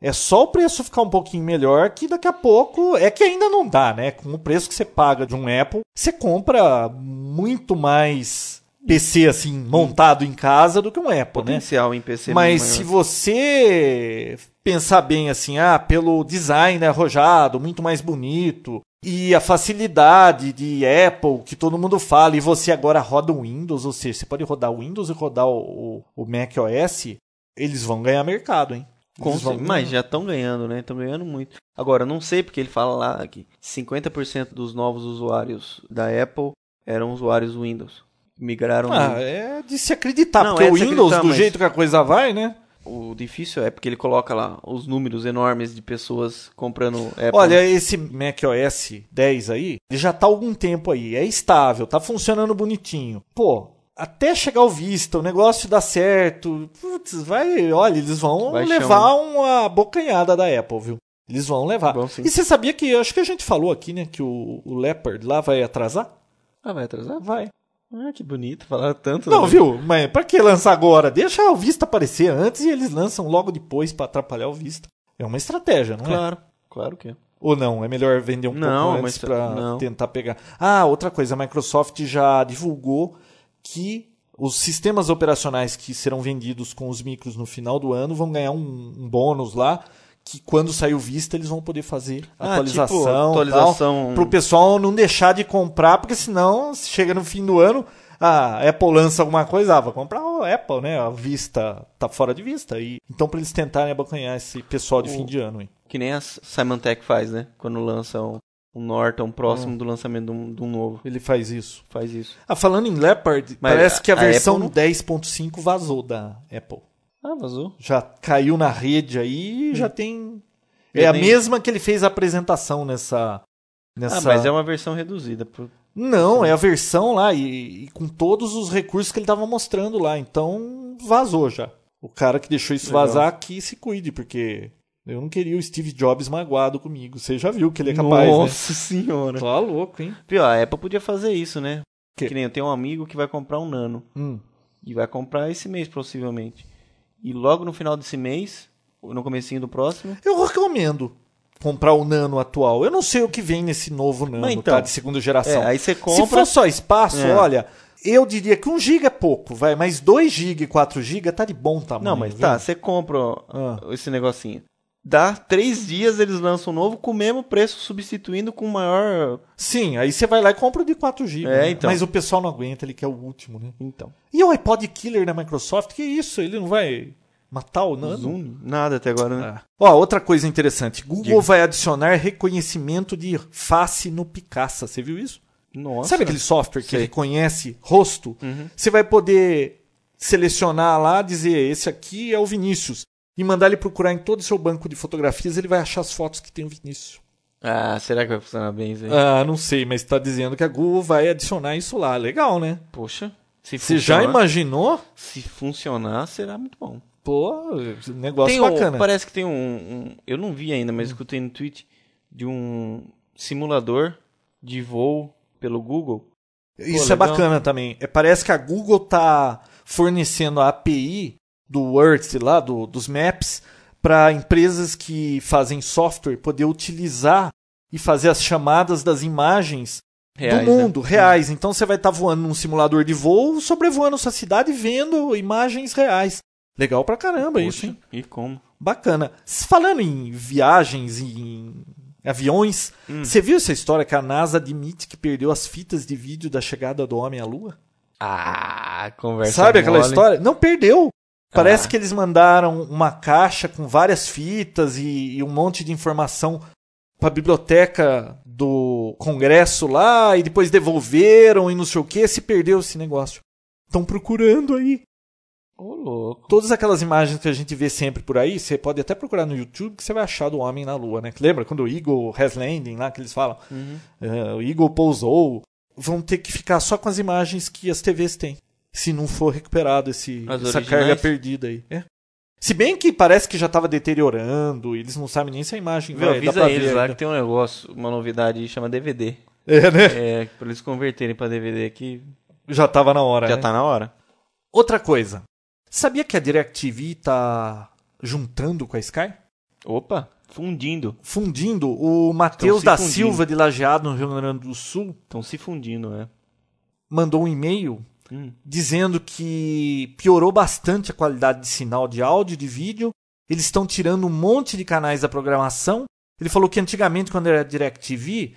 [SPEAKER 3] é só o preço ficar um pouquinho melhor que daqui a pouco. É que ainda não dá, né? Com o preço que você paga de um Apple, você compra muito mais PC assim, montado em casa do que um Apple, né?
[SPEAKER 1] Potencial em PC
[SPEAKER 3] Mas
[SPEAKER 1] maior.
[SPEAKER 3] se você pensar bem assim, ah, pelo design arrojado, muito mais bonito, e a facilidade de Apple que todo mundo fala, e você agora roda o Windows, ou seja, você pode rodar o Windows e rodar o, o, o Mac OS, eles vão ganhar mercado, hein?
[SPEAKER 1] Com
[SPEAKER 3] Eles vão
[SPEAKER 1] cer- mas já estão ganhando, né? Estão ganhando muito. Agora, não sei porque ele fala lá que 50% dos novos usuários da Apple eram usuários Windows. Migraram.
[SPEAKER 3] Ah,
[SPEAKER 1] do-
[SPEAKER 3] é de se acreditar,
[SPEAKER 1] Não,
[SPEAKER 3] porque
[SPEAKER 1] é
[SPEAKER 3] o
[SPEAKER 1] de se
[SPEAKER 3] Windows,
[SPEAKER 1] acreditar,
[SPEAKER 3] do
[SPEAKER 1] mas-
[SPEAKER 3] jeito que a coisa vai, né?
[SPEAKER 1] O difícil é porque ele coloca lá os números enormes de pessoas comprando Apple.
[SPEAKER 3] Olha, é- esse Mac OS 10 aí, ele já tá há algum tempo aí, é estável, tá funcionando bonitinho. Pô, até chegar o Vista, o negócio dá certo, putz, vai, olha, eles vão
[SPEAKER 1] Vai
[SPEAKER 3] levar uma bocanhada da Apple, viu? Eles vão levar.
[SPEAKER 1] Vão sim.
[SPEAKER 3] e você sabia que, acho que a gente falou aqui, né, que o, o Leopard lá vai atrasar?
[SPEAKER 1] Ah, vai atrasar?
[SPEAKER 3] Vai.
[SPEAKER 1] Ah, que bonito, falaram tanto.
[SPEAKER 3] Não,
[SPEAKER 1] né?
[SPEAKER 3] viu? Mas pra que lançar agora? Deixa o Vista aparecer antes e eles lançam logo depois pra atrapalhar o Vista. É uma estratégia, não é?
[SPEAKER 1] Claro, claro que é.
[SPEAKER 3] Ou não? É melhor vender um
[SPEAKER 1] Não,
[SPEAKER 3] pouco
[SPEAKER 1] mas
[SPEAKER 3] antes para
[SPEAKER 1] não.
[SPEAKER 3] tentar pegar. Ah, outra coisa, a Microsoft já divulgou que os sistemas operacionais que serão vendidos com os micros no final do ano vão ganhar um, um bônus lá, que quando sair o Vista eles vão poder fazer
[SPEAKER 1] Ah,
[SPEAKER 3] atualização,
[SPEAKER 1] tipo,
[SPEAKER 3] tal,
[SPEAKER 1] atualização-
[SPEAKER 3] pro pessoal não deixar de comprar, porque senão se chega no fim do ano, a Apple lança alguma coisa, ah, vou comprar o Apple, né? A Vista tá fora de vista e então para eles tentarem abocanhar esse pessoal de
[SPEAKER 1] O-
[SPEAKER 3] fim de ano, hein.
[SPEAKER 1] Que nem a Symantec faz, né? Quando lança um, um Norton próximo do lançamento de um, de um novo.
[SPEAKER 3] Ele faz isso.
[SPEAKER 1] Faz isso.
[SPEAKER 3] Ah, falando em Leopard,
[SPEAKER 1] Mas
[SPEAKER 3] parece que a,
[SPEAKER 1] a
[SPEAKER 3] versão
[SPEAKER 1] Apple não-
[SPEAKER 3] 10.5 vazou da Apple.
[SPEAKER 1] Ah, vazou.
[SPEAKER 3] Já caiu na rede aí e já tem. É
[SPEAKER 1] Hum. Eu
[SPEAKER 3] a
[SPEAKER 1] nem-
[SPEAKER 3] mesma que ele fez a apresentação nessa. nessa...
[SPEAKER 1] Ah, mas é uma versão reduzida. por-
[SPEAKER 3] Não, é a versão lá e, e com todos os recursos que ele estava mostrando lá. Então vazou já. O cara que deixou isso
[SPEAKER 1] Legal.
[SPEAKER 3] vazar aqui se cuide, porque eu não queria o Steve Jobs magoado comigo. Você já viu que ele é capaz. Né?
[SPEAKER 1] Nossa senhora.
[SPEAKER 3] Tá louco, hein?
[SPEAKER 1] Pior, a Apple podia fazer isso, né?
[SPEAKER 3] Quê?
[SPEAKER 1] Que nem eu tenho um amigo que vai comprar um Nano.
[SPEAKER 3] Hum.
[SPEAKER 1] E vai comprar esse mês, possivelmente. E logo no final desse mês, ou no comecinho do próximo...
[SPEAKER 3] Eu recomendo comprar o Nano atual. Eu não sei o que vem nesse novo Nano,
[SPEAKER 1] Mas então,
[SPEAKER 3] tá? De segunda geração.
[SPEAKER 1] é, aí você
[SPEAKER 3] Se
[SPEAKER 1] compra-
[SPEAKER 3] for só espaço,
[SPEAKER 1] É.
[SPEAKER 3] olha, eu diria que 1 GB é pouco, vai, mas 2 GB e 4 GB tá de bom tamanho.
[SPEAKER 1] Não, mas
[SPEAKER 3] viu?
[SPEAKER 1] tá, você compra ó,
[SPEAKER 3] Ah.
[SPEAKER 1] esse negocinho. Dá três dias, eles lançam um novo com o mesmo preço, substituindo com maior...
[SPEAKER 3] Sim, aí você vai lá e compra o de 4 GB.
[SPEAKER 1] É,
[SPEAKER 3] né?
[SPEAKER 1] então.
[SPEAKER 3] Mas o pessoal não aguenta, ele quer o último, né?
[SPEAKER 1] Então,
[SPEAKER 3] E o iPod Killer da Microsoft, que isso? Ele não vai matar o Nano?
[SPEAKER 1] zoom, nada até agora, né?
[SPEAKER 3] Ah. Ó, outra coisa interessante. Google
[SPEAKER 1] Diga.
[SPEAKER 3] vai adicionar reconhecimento de face no Picasa. Você viu isso?
[SPEAKER 1] Nossa.
[SPEAKER 3] Sabe aquele software que
[SPEAKER 1] Sei.
[SPEAKER 3] reconhece rosto?
[SPEAKER 1] Uhum.
[SPEAKER 3] Você vai poder selecionar lá, dizer esse aqui é o Vinícius. E mandar ele procurar em todo o seu banco de fotografias, ele vai achar as fotos que tem o Vinícius.
[SPEAKER 1] Ah, será que vai funcionar bem isso aí?
[SPEAKER 3] Ah, não sei, mas está dizendo que a Google vai adicionar isso lá. Legal, né?
[SPEAKER 1] Poxa, se
[SPEAKER 3] Você já
[SPEAKER 1] funcionar-
[SPEAKER 3] imaginou?
[SPEAKER 1] Se funcionar, será muito bom.
[SPEAKER 3] Pô, negócio
[SPEAKER 1] Tem um-
[SPEAKER 3] bacana. Hum.
[SPEAKER 1] parece que tem um, um- Eu não vi ainda, mas escutei no tweet de um simulador de voo pelo Google.
[SPEAKER 3] Isso
[SPEAKER 1] Pô,
[SPEAKER 3] é
[SPEAKER 1] legal.
[SPEAKER 3] bacana também. É, parece que a Google tá fornecendo a API do Earth lá, do- dos Maps, para empresas que fazem software poder utilizar e fazer as chamadas das imagens
[SPEAKER 1] Reais,
[SPEAKER 3] do
[SPEAKER 1] né?
[SPEAKER 3] mundo, reais. Então você vai estar voando num simulador de voo, sobrevoando sua cidade e vendo imagens reais. Legal pra caramba
[SPEAKER 1] Poxa,
[SPEAKER 3] isso, hein?
[SPEAKER 1] E como?
[SPEAKER 3] Bacana. S- Falando em viagens e em aviões,
[SPEAKER 1] Hum.
[SPEAKER 3] você viu essa história que a NASA admite que perdeu as fitas de vídeo da chegada do homem à Lua?
[SPEAKER 1] Ah, conversa.
[SPEAKER 3] Sabe aquela
[SPEAKER 1] mole.
[SPEAKER 3] história? Não perdeu. Parece
[SPEAKER 1] Ah.
[SPEAKER 3] que eles mandaram uma caixa com várias fitas e, e um monte de informação para a biblioteca do Congresso lá e depois devolveram e não sei o que. Se perdeu esse negócio. Estão procurando aí.
[SPEAKER 1] Ô, louco.
[SPEAKER 3] Todas aquelas imagens que a gente vê sempre por aí, você pode até procurar no YouTube que você vai achar do homem na Lua, né? Lembra quando o Eagle has landing lá que eles falam?
[SPEAKER 1] Uhum.
[SPEAKER 3] É, o Eagle pousou, vão ter que ficar só com as imagens que as TVs têm. Se não for recuperado esse,
[SPEAKER 1] As
[SPEAKER 3] essa
[SPEAKER 1] originais?
[SPEAKER 3] carga perdida aí. É. Se bem que parece que já estava deteriorando, eles não sabem nem se a imagem
[SPEAKER 1] Meu,
[SPEAKER 3] vai dá
[SPEAKER 1] avisa
[SPEAKER 3] pra
[SPEAKER 1] eles
[SPEAKER 3] ver
[SPEAKER 1] lá
[SPEAKER 3] ainda.
[SPEAKER 1] que tem um negócio, uma novidade chama DVD.
[SPEAKER 3] É, né?
[SPEAKER 1] É, pra eles converterem pra DVD aqui,
[SPEAKER 3] Já estava na hora.
[SPEAKER 1] já
[SPEAKER 3] né?
[SPEAKER 1] tá na hora.
[SPEAKER 3] Outra coisa. Sabia que a DirecTV tá juntando com a Sky?
[SPEAKER 1] Opa, fundindo.
[SPEAKER 3] Fundindo o
[SPEAKER 1] Tão
[SPEAKER 3] Matheus
[SPEAKER 1] se
[SPEAKER 3] da
[SPEAKER 1] fundindo.
[SPEAKER 3] Silva de Lajeado, no Rio Grande do Sul,
[SPEAKER 1] Estão se fundindo, né?
[SPEAKER 3] mandou um e-mail
[SPEAKER 1] Hum.
[SPEAKER 3] dizendo que piorou bastante a qualidade de sinal de áudio e de vídeo. Eles estão tirando um monte de canais da programação. Ele falou que antigamente, quando era DirecTV,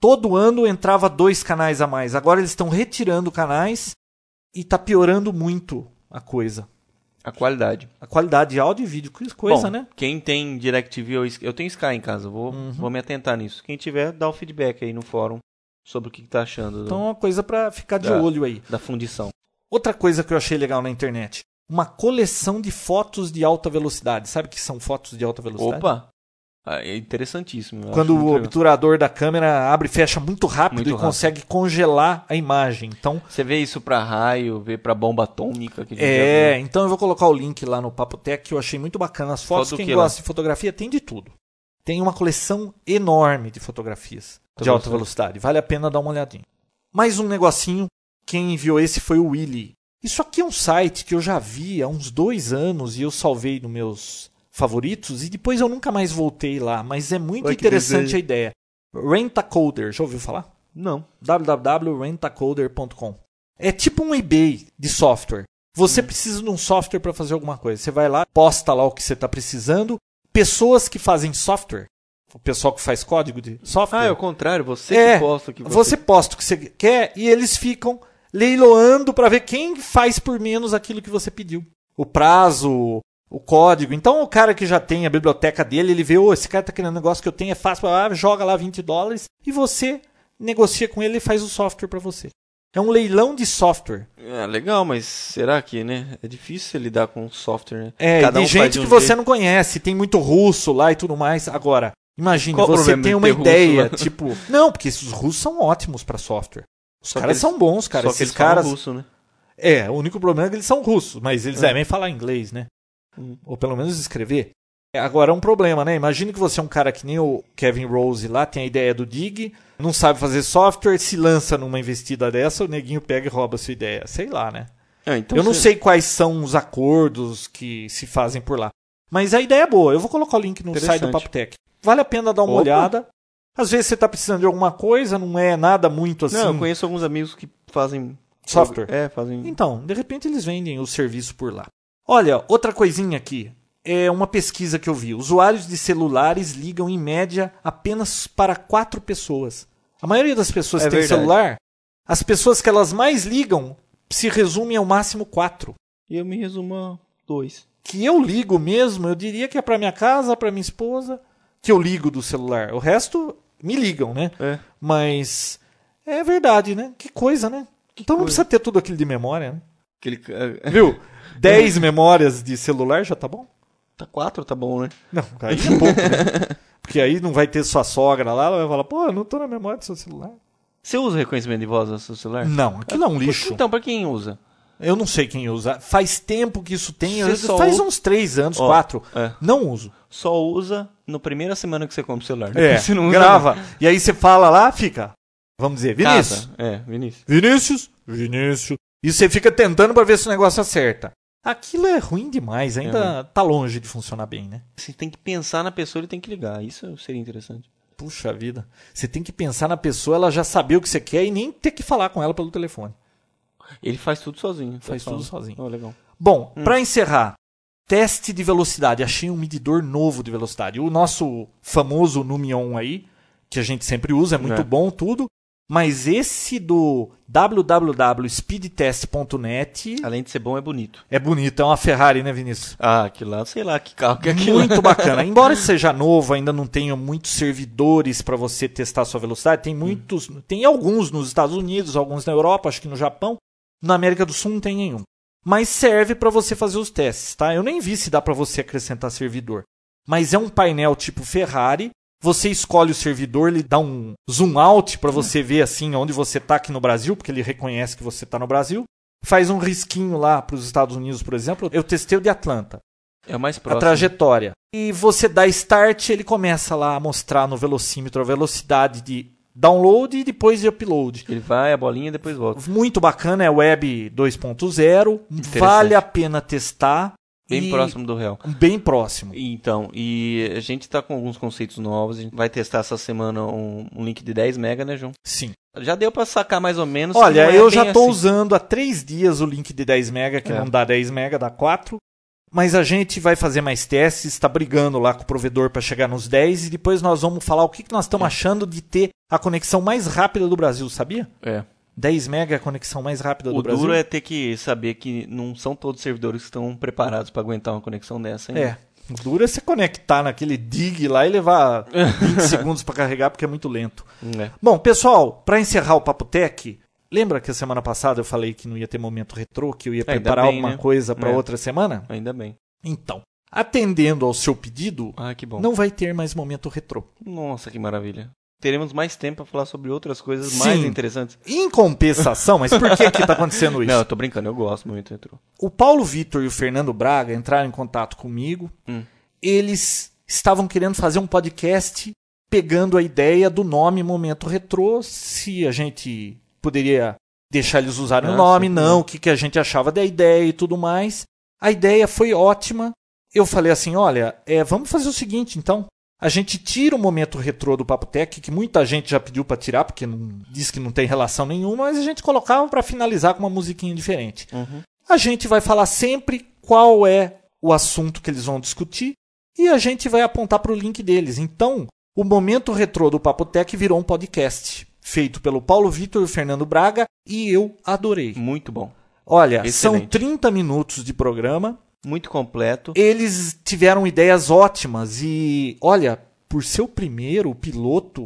[SPEAKER 3] todo ano entrava dois canais a mais. Agora eles estão retirando canais e está piorando muito a coisa.
[SPEAKER 1] A qualidade.
[SPEAKER 3] A qualidade de áudio e vídeo, que coisa,
[SPEAKER 1] Bom,
[SPEAKER 3] né? Uhum.
[SPEAKER 1] Quem tem DirecTV, ou Sky- eu tenho Sky em casa, vou, vou me atentar nisso. Quem tiver, dá o feedback aí no fórum sobre o que, que tá achando do-
[SPEAKER 3] Então é uma coisa para ficar de
[SPEAKER 1] Tá.
[SPEAKER 3] olho aí.
[SPEAKER 1] da fundição.
[SPEAKER 3] Outra coisa que eu achei legal na internet. Uma coleção de fotos de alta velocidade. Sabe o que são fotos de alta velocidade?
[SPEAKER 1] Opa! Ah, é interessantíssimo. eu acho
[SPEAKER 3] Quando o
[SPEAKER 1] muito legal.
[SPEAKER 3] obturador da câmera abre e fecha muito rápido
[SPEAKER 1] Muito
[SPEAKER 3] e
[SPEAKER 1] rápido.
[SPEAKER 3] consegue congelar a imagem. Então,
[SPEAKER 1] Você vê isso pra raio, vê pra bomba atômica. Que a gente já
[SPEAKER 3] é,
[SPEAKER 1] viu.
[SPEAKER 3] então eu vou colocar o link lá no Papotec, que eu achei muito bacana as fotos.
[SPEAKER 1] Foto do
[SPEAKER 3] Quem
[SPEAKER 1] que lá?
[SPEAKER 3] gosta de fotografia tem de tudo. Tem uma coleção enorme de fotografias
[SPEAKER 1] Tá
[SPEAKER 3] de alta
[SPEAKER 1] gostando?
[SPEAKER 3] velocidade. Vale a pena dar uma olhadinha. Mais um negocinho. Quem enviou esse foi o Willy. Isso aqui é um site que eu já vi há uns dois anos e eu salvei nos meus favoritos e depois eu nunca mais voltei lá. Mas é muito
[SPEAKER 1] Olha que
[SPEAKER 3] interessante
[SPEAKER 1] desejo.
[SPEAKER 3] a ideia. Rentacoder, já ouviu falar?
[SPEAKER 1] Não.
[SPEAKER 3] www.rentacoder.com. É tipo um eBay de software. Você precisa de um software para fazer alguma coisa. Você vai lá, posta lá o que você está precisando. Pessoas que fazem software, o pessoal que faz código de software,
[SPEAKER 1] Ah, é o contrário. Você
[SPEAKER 3] É,
[SPEAKER 1] que posta o que
[SPEAKER 3] você posta o que você quer e eles ficam leiloando para ver quem faz por menos aquilo que você pediu. O prazo, o código. Então o cara que já tem a biblioteca dele, ele vê, ô, esse cara tá querendo um negócio que eu tenho, é fácil, blá, blá, blá", joga lá 20 dólares e você negocia com ele e faz o software para você. É um leilão de software.
[SPEAKER 1] É, legal, mas será que, né? É difícil lidar com software, né?
[SPEAKER 3] É,
[SPEAKER 1] Cada
[SPEAKER 3] de
[SPEAKER 1] um faz
[SPEAKER 3] gente
[SPEAKER 1] de um
[SPEAKER 3] que você
[SPEAKER 1] jeito.
[SPEAKER 3] não conhece, tem muito russo lá e tudo mais. Agora, imagine,
[SPEAKER 1] Qual o
[SPEAKER 3] você
[SPEAKER 1] problema
[SPEAKER 3] tem
[SPEAKER 1] de
[SPEAKER 3] uma
[SPEAKER 1] ter russo né?
[SPEAKER 3] ideia,
[SPEAKER 1] lá?
[SPEAKER 3] tipo. Não, porque esses russos são ótimos pra software. Os
[SPEAKER 1] Só que
[SPEAKER 3] caras
[SPEAKER 1] eles-
[SPEAKER 3] são bons, cara.
[SPEAKER 1] Só que
[SPEAKER 3] Esses
[SPEAKER 1] eles falam
[SPEAKER 3] caras.
[SPEAKER 1] russo, né?
[SPEAKER 3] É, o único problema é que eles são russos, mas eles
[SPEAKER 1] É.
[SPEAKER 3] devem falar inglês, né?
[SPEAKER 1] Hum.
[SPEAKER 3] Ou pelo menos escrever. É, Agora é um problema, né? Imagina que você é um cara que nem o Kevin Rose lá, tem a ideia do Dig, não sabe fazer software, se lança numa investida dessa, o neguinho pega e rouba a sua ideia. Sei lá, né?
[SPEAKER 1] Ah, então
[SPEAKER 3] eu não
[SPEAKER 1] você-
[SPEAKER 3] sei quais são os acordos que se fazem por lá. Mas a ideia é boa. Eu vou colocar o link no site do
[SPEAKER 1] Interessante.
[SPEAKER 3] Papotec. Vale a pena dar uma
[SPEAKER 1] Opa.
[SPEAKER 3] olhada. Às vezes você está precisando de alguma coisa, não é nada muito assim.
[SPEAKER 1] Não, eu conheço alguns amigos que fazem...
[SPEAKER 3] Software.
[SPEAKER 1] É, fazem...
[SPEAKER 3] Então, de repente eles vendem o serviço por lá. Olha, outra coisinha aqui. É uma pesquisa que eu vi. Usuários de celulares ligam em média apenas para quatro pessoas. A maioria das pessoas
[SPEAKER 1] É
[SPEAKER 3] que tem
[SPEAKER 1] verdade.
[SPEAKER 3] celular, as pessoas que elas mais ligam se resumem ao máximo quatro.
[SPEAKER 1] E eu me resumo a dois.
[SPEAKER 3] Que eu ligo mesmo, eu diria que é para minha casa, para minha esposa, que eu ligo do celular. O resto me ligam, né?
[SPEAKER 1] É.
[SPEAKER 3] Mas é verdade, né? Que coisa, né? então não
[SPEAKER 1] coisa.
[SPEAKER 3] precisa ter tudo aquilo de memória, né?
[SPEAKER 1] Aquele... ca-
[SPEAKER 3] Viu? 10 memórias de celular já tá bom?
[SPEAKER 1] Tá quatro, tá bom, né?
[SPEAKER 3] Não, aí é pouco, *laughs* né? Porque aí não vai ter sua sogra lá, ela vai falar, pô, eu não tô na memória do seu celular.
[SPEAKER 1] Você usa reconhecimento de voz no seu celular?
[SPEAKER 3] Não, aquilo é um lixo.
[SPEAKER 1] Então, pra quem usa?
[SPEAKER 3] Eu não sei quem usa. Faz tempo que isso tem,
[SPEAKER 1] Você
[SPEAKER 3] eu-
[SPEAKER 1] só
[SPEAKER 3] faz
[SPEAKER 1] usa-
[SPEAKER 3] uns 3 anos,
[SPEAKER 1] Ó,
[SPEAKER 3] 4.
[SPEAKER 1] é.
[SPEAKER 3] Não uso.
[SPEAKER 1] Só usa na primeira semana que você compra o celular.
[SPEAKER 3] É,
[SPEAKER 1] Você não usa
[SPEAKER 3] grava. E aí você fala lá, fica, vamos dizer,
[SPEAKER 1] mais.
[SPEAKER 3] Vinícius,
[SPEAKER 1] Casa. É, Vinícius.
[SPEAKER 3] Vinícius, Vinícius. E você fica tentando pra ver se o negócio acerta. Aquilo é ruim demais, ainda tá longe de funcionar bem, né?
[SPEAKER 1] Você tem que pensar na pessoa e tem que ligar. Isso seria interessante.
[SPEAKER 3] Puxa vida. Você tem que pensar na pessoa, ela já saber o que você quer e nem ter que falar com ela pelo telefone.
[SPEAKER 1] Ele faz tudo sozinho.
[SPEAKER 3] Faz
[SPEAKER 1] Tá
[SPEAKER 3] tudo
[SPEAKER 1] falando.
[SPEAKER 3] sozinho.
[SPEAKER 1] Ó, legal.
[SPEAKER 3] Bom, pra encerrar, teste de velocidade. Achei um medidor novo de velocidade. O nosso famoso Numion aí, que a gente sempre usa, é muito
[SPEAKER 1] É.
[SPEAKER 3] bom tudo. Mas esse do www.speedtest.net
[SPEAKER 1] Além de ser bom, é bonito.
[SPEAKER 3] é bonito. É uma Ferrari, né, Vinícius?
[SPEAKER 1] Ah, que lá, sei lá que carro que é aquilo. *laughs*
[SPEAKER 3] Muito bacana. Embora seja novo, ainda não tenha muitos servidores para você testar sua velocidade.
[SPEAKER 1] Hum.
[SPEAKER 3] Tem muitos, tem alguns nos Estados Unidos, alguns na Europa, acho que no Japão. Na América do Sul não tem nenhum. Mas serve para você fazer os testes, tá? Eu nem vi se dá para você acrescentar servidor. Mas é um painel tipo Ferrari. Você escolhe o servidor, ele dá um zoom out para
[SPEAKER 1] Hum.
[SPEAKER 3] você ver assim onde você tá aqui no Brasil, porque ele reconhece que você tá no Brasil. Faz um risquinho lá para os Estados Unidos, por exemplo. Eu testei o de Atlanta
[SPEAKER 1] É o mais
[SPEAKER 3] a
[SPEAKER 1] próximo.
[SPEAKER 3] trajetória. E você dá start, ele começa lá a mostrar no velocímetro a velocidade de Download e depois de upload.
[SPEAKER 1] Ele vai, a bolinha e depois volta.
[SPEAKER 3] Muito bacana, é Web 2.0. Vale a pena testar.
[SPEAKER 1] Bem
[SPEAKER 3] e-
[SPEAKER 1] próximo do real.
[SPEAKER 3] Bem próximo.
[SPEAKER 1] Então, e a gente tá com alguns conceitos novos. A gente vai testar essa semana um, um link de 10 mega, né, João?
[SPEAKER 3] Sim.
[SPEAKER 1] Já deu pra sacar mais ou menos. que
[SPEAKER 3] Olha,
[SPEAKER 1] não é
[SPEAKER 3] eu
[SPEAKER 1] bem
[SPEAKER 3] já estou
[SPEAKER 1] assim.
[SPEAKER 3] usando há três dias o link de 10 mega, que
[SPEAKER 1] É.
[SPEAKER 3] não dá 10 mega, dá 4. Mas a gente vai fazer mais testes, está brigando lá com o provedor para chegar nos 10 e depois nós vamos falar o que, que nós estamos
[SPEAKER 1] É.
[SPEAKER 3] achando de ter a conexão mais rápida do Brasil, sabia?
[SPEAKER 1] É.
[SPEAKER 3] 10 mega é a conexão mais rápida
[SPEAKER 1] O
[SPEAKER 3] do Brasil.
[SPEAKER 1] duro é ter que saber que não são todos os servidores que estão preparados pra aguentar uma conexão dessa, hein?
[SPEAKER 3] É. O duro é se conectar naquele dig lá e levar
[SPEAKER 1] *laughs*
[SPEAKER 3] 20 segundos para carregar porque é muito lento.
[SPEAKER 1] É.
[SPEAKER 3] Bom, pessoal, para encerrar o Papo Tech, lembra que a semana passada eu falei que não ia ter momento retrô, que eu ia
[SPEAKER 1] Ainda
[SPEAKER 3] preparar
[SPEAKER 1] bem,
[SPEAKER 3] alguma
[SPEAKER 1] né?
[SPEAKER 3] coisa para
[SPEAKER 1] É.
[SPEAKER 3] outra semana?
[SPEAKER 1] Ainda bem.
[SPEAKER 3] Então, atendendo ao seu pedido,
[SPEAKER 1] Ah, que bom.
[SPEAKER 3] não vai ter mais momento retrô.
[SPEAKER 1] Nossa, que maravilha. Teremos mais tempo pra falar sobre outras coisas
[SPEAKER 3] Sim.
[SPEAKER 1] mais interessantes.
[SPEAKER 3] Em compensação, mas por que que
[SPEAKER 1] *laughs*
[SPEAKER 3] tá acontecendo isso?
[SPEAKER 1] Não, eu tô brincando, eu gosto muito do retrô.
[SPEAKER 3] O Paulo Vitor e o Fernando Braga entraram em contato comigo.
[SPEAKER 1] Hum.
[SPEAKER 3] Eles estavam querendo fazer um podcast pegando a ideia do nome Momento Retrô, se a gente poderia deixar eles usarem o
[SPEAKER 1] Ah,
[SPEAKER 3] nome,
[SPEAKER 1] sim.
[SPEAKER 3] não, o que, que a gente achava da ideia e tudo mais. A ideia foi ótima. Eu falei assim, olha, é, vamos fazer o seguinte, então. A gente tira o momento retrô do Papo Tech, que muita gente já pediu pra tirar, porque não, diz que não tem relação nenhuma, mas a gente colocava pra finalizar com uma musiquinha diferente. A gente vai falar sempre qual é o assunto que eles vão discutir e a gente vai apontar para o link deles. Então, o Momento Retrô do Papotec virou um podcast feito pelo Paulo Vitor e o Fernando Braga e eu adorei.
[SPEAKER 1] Muito bom.
[SPEAKER 3] Olha, são
[SPEAKER 1] Excelente.
[SPEAKER 3] 30 minutos de programa.
[SPEAKER 1] Muito completo.
[SPEAKER 3] Eles tiveram ideias ótimas e, olha, por ser o primeiro, o piloto,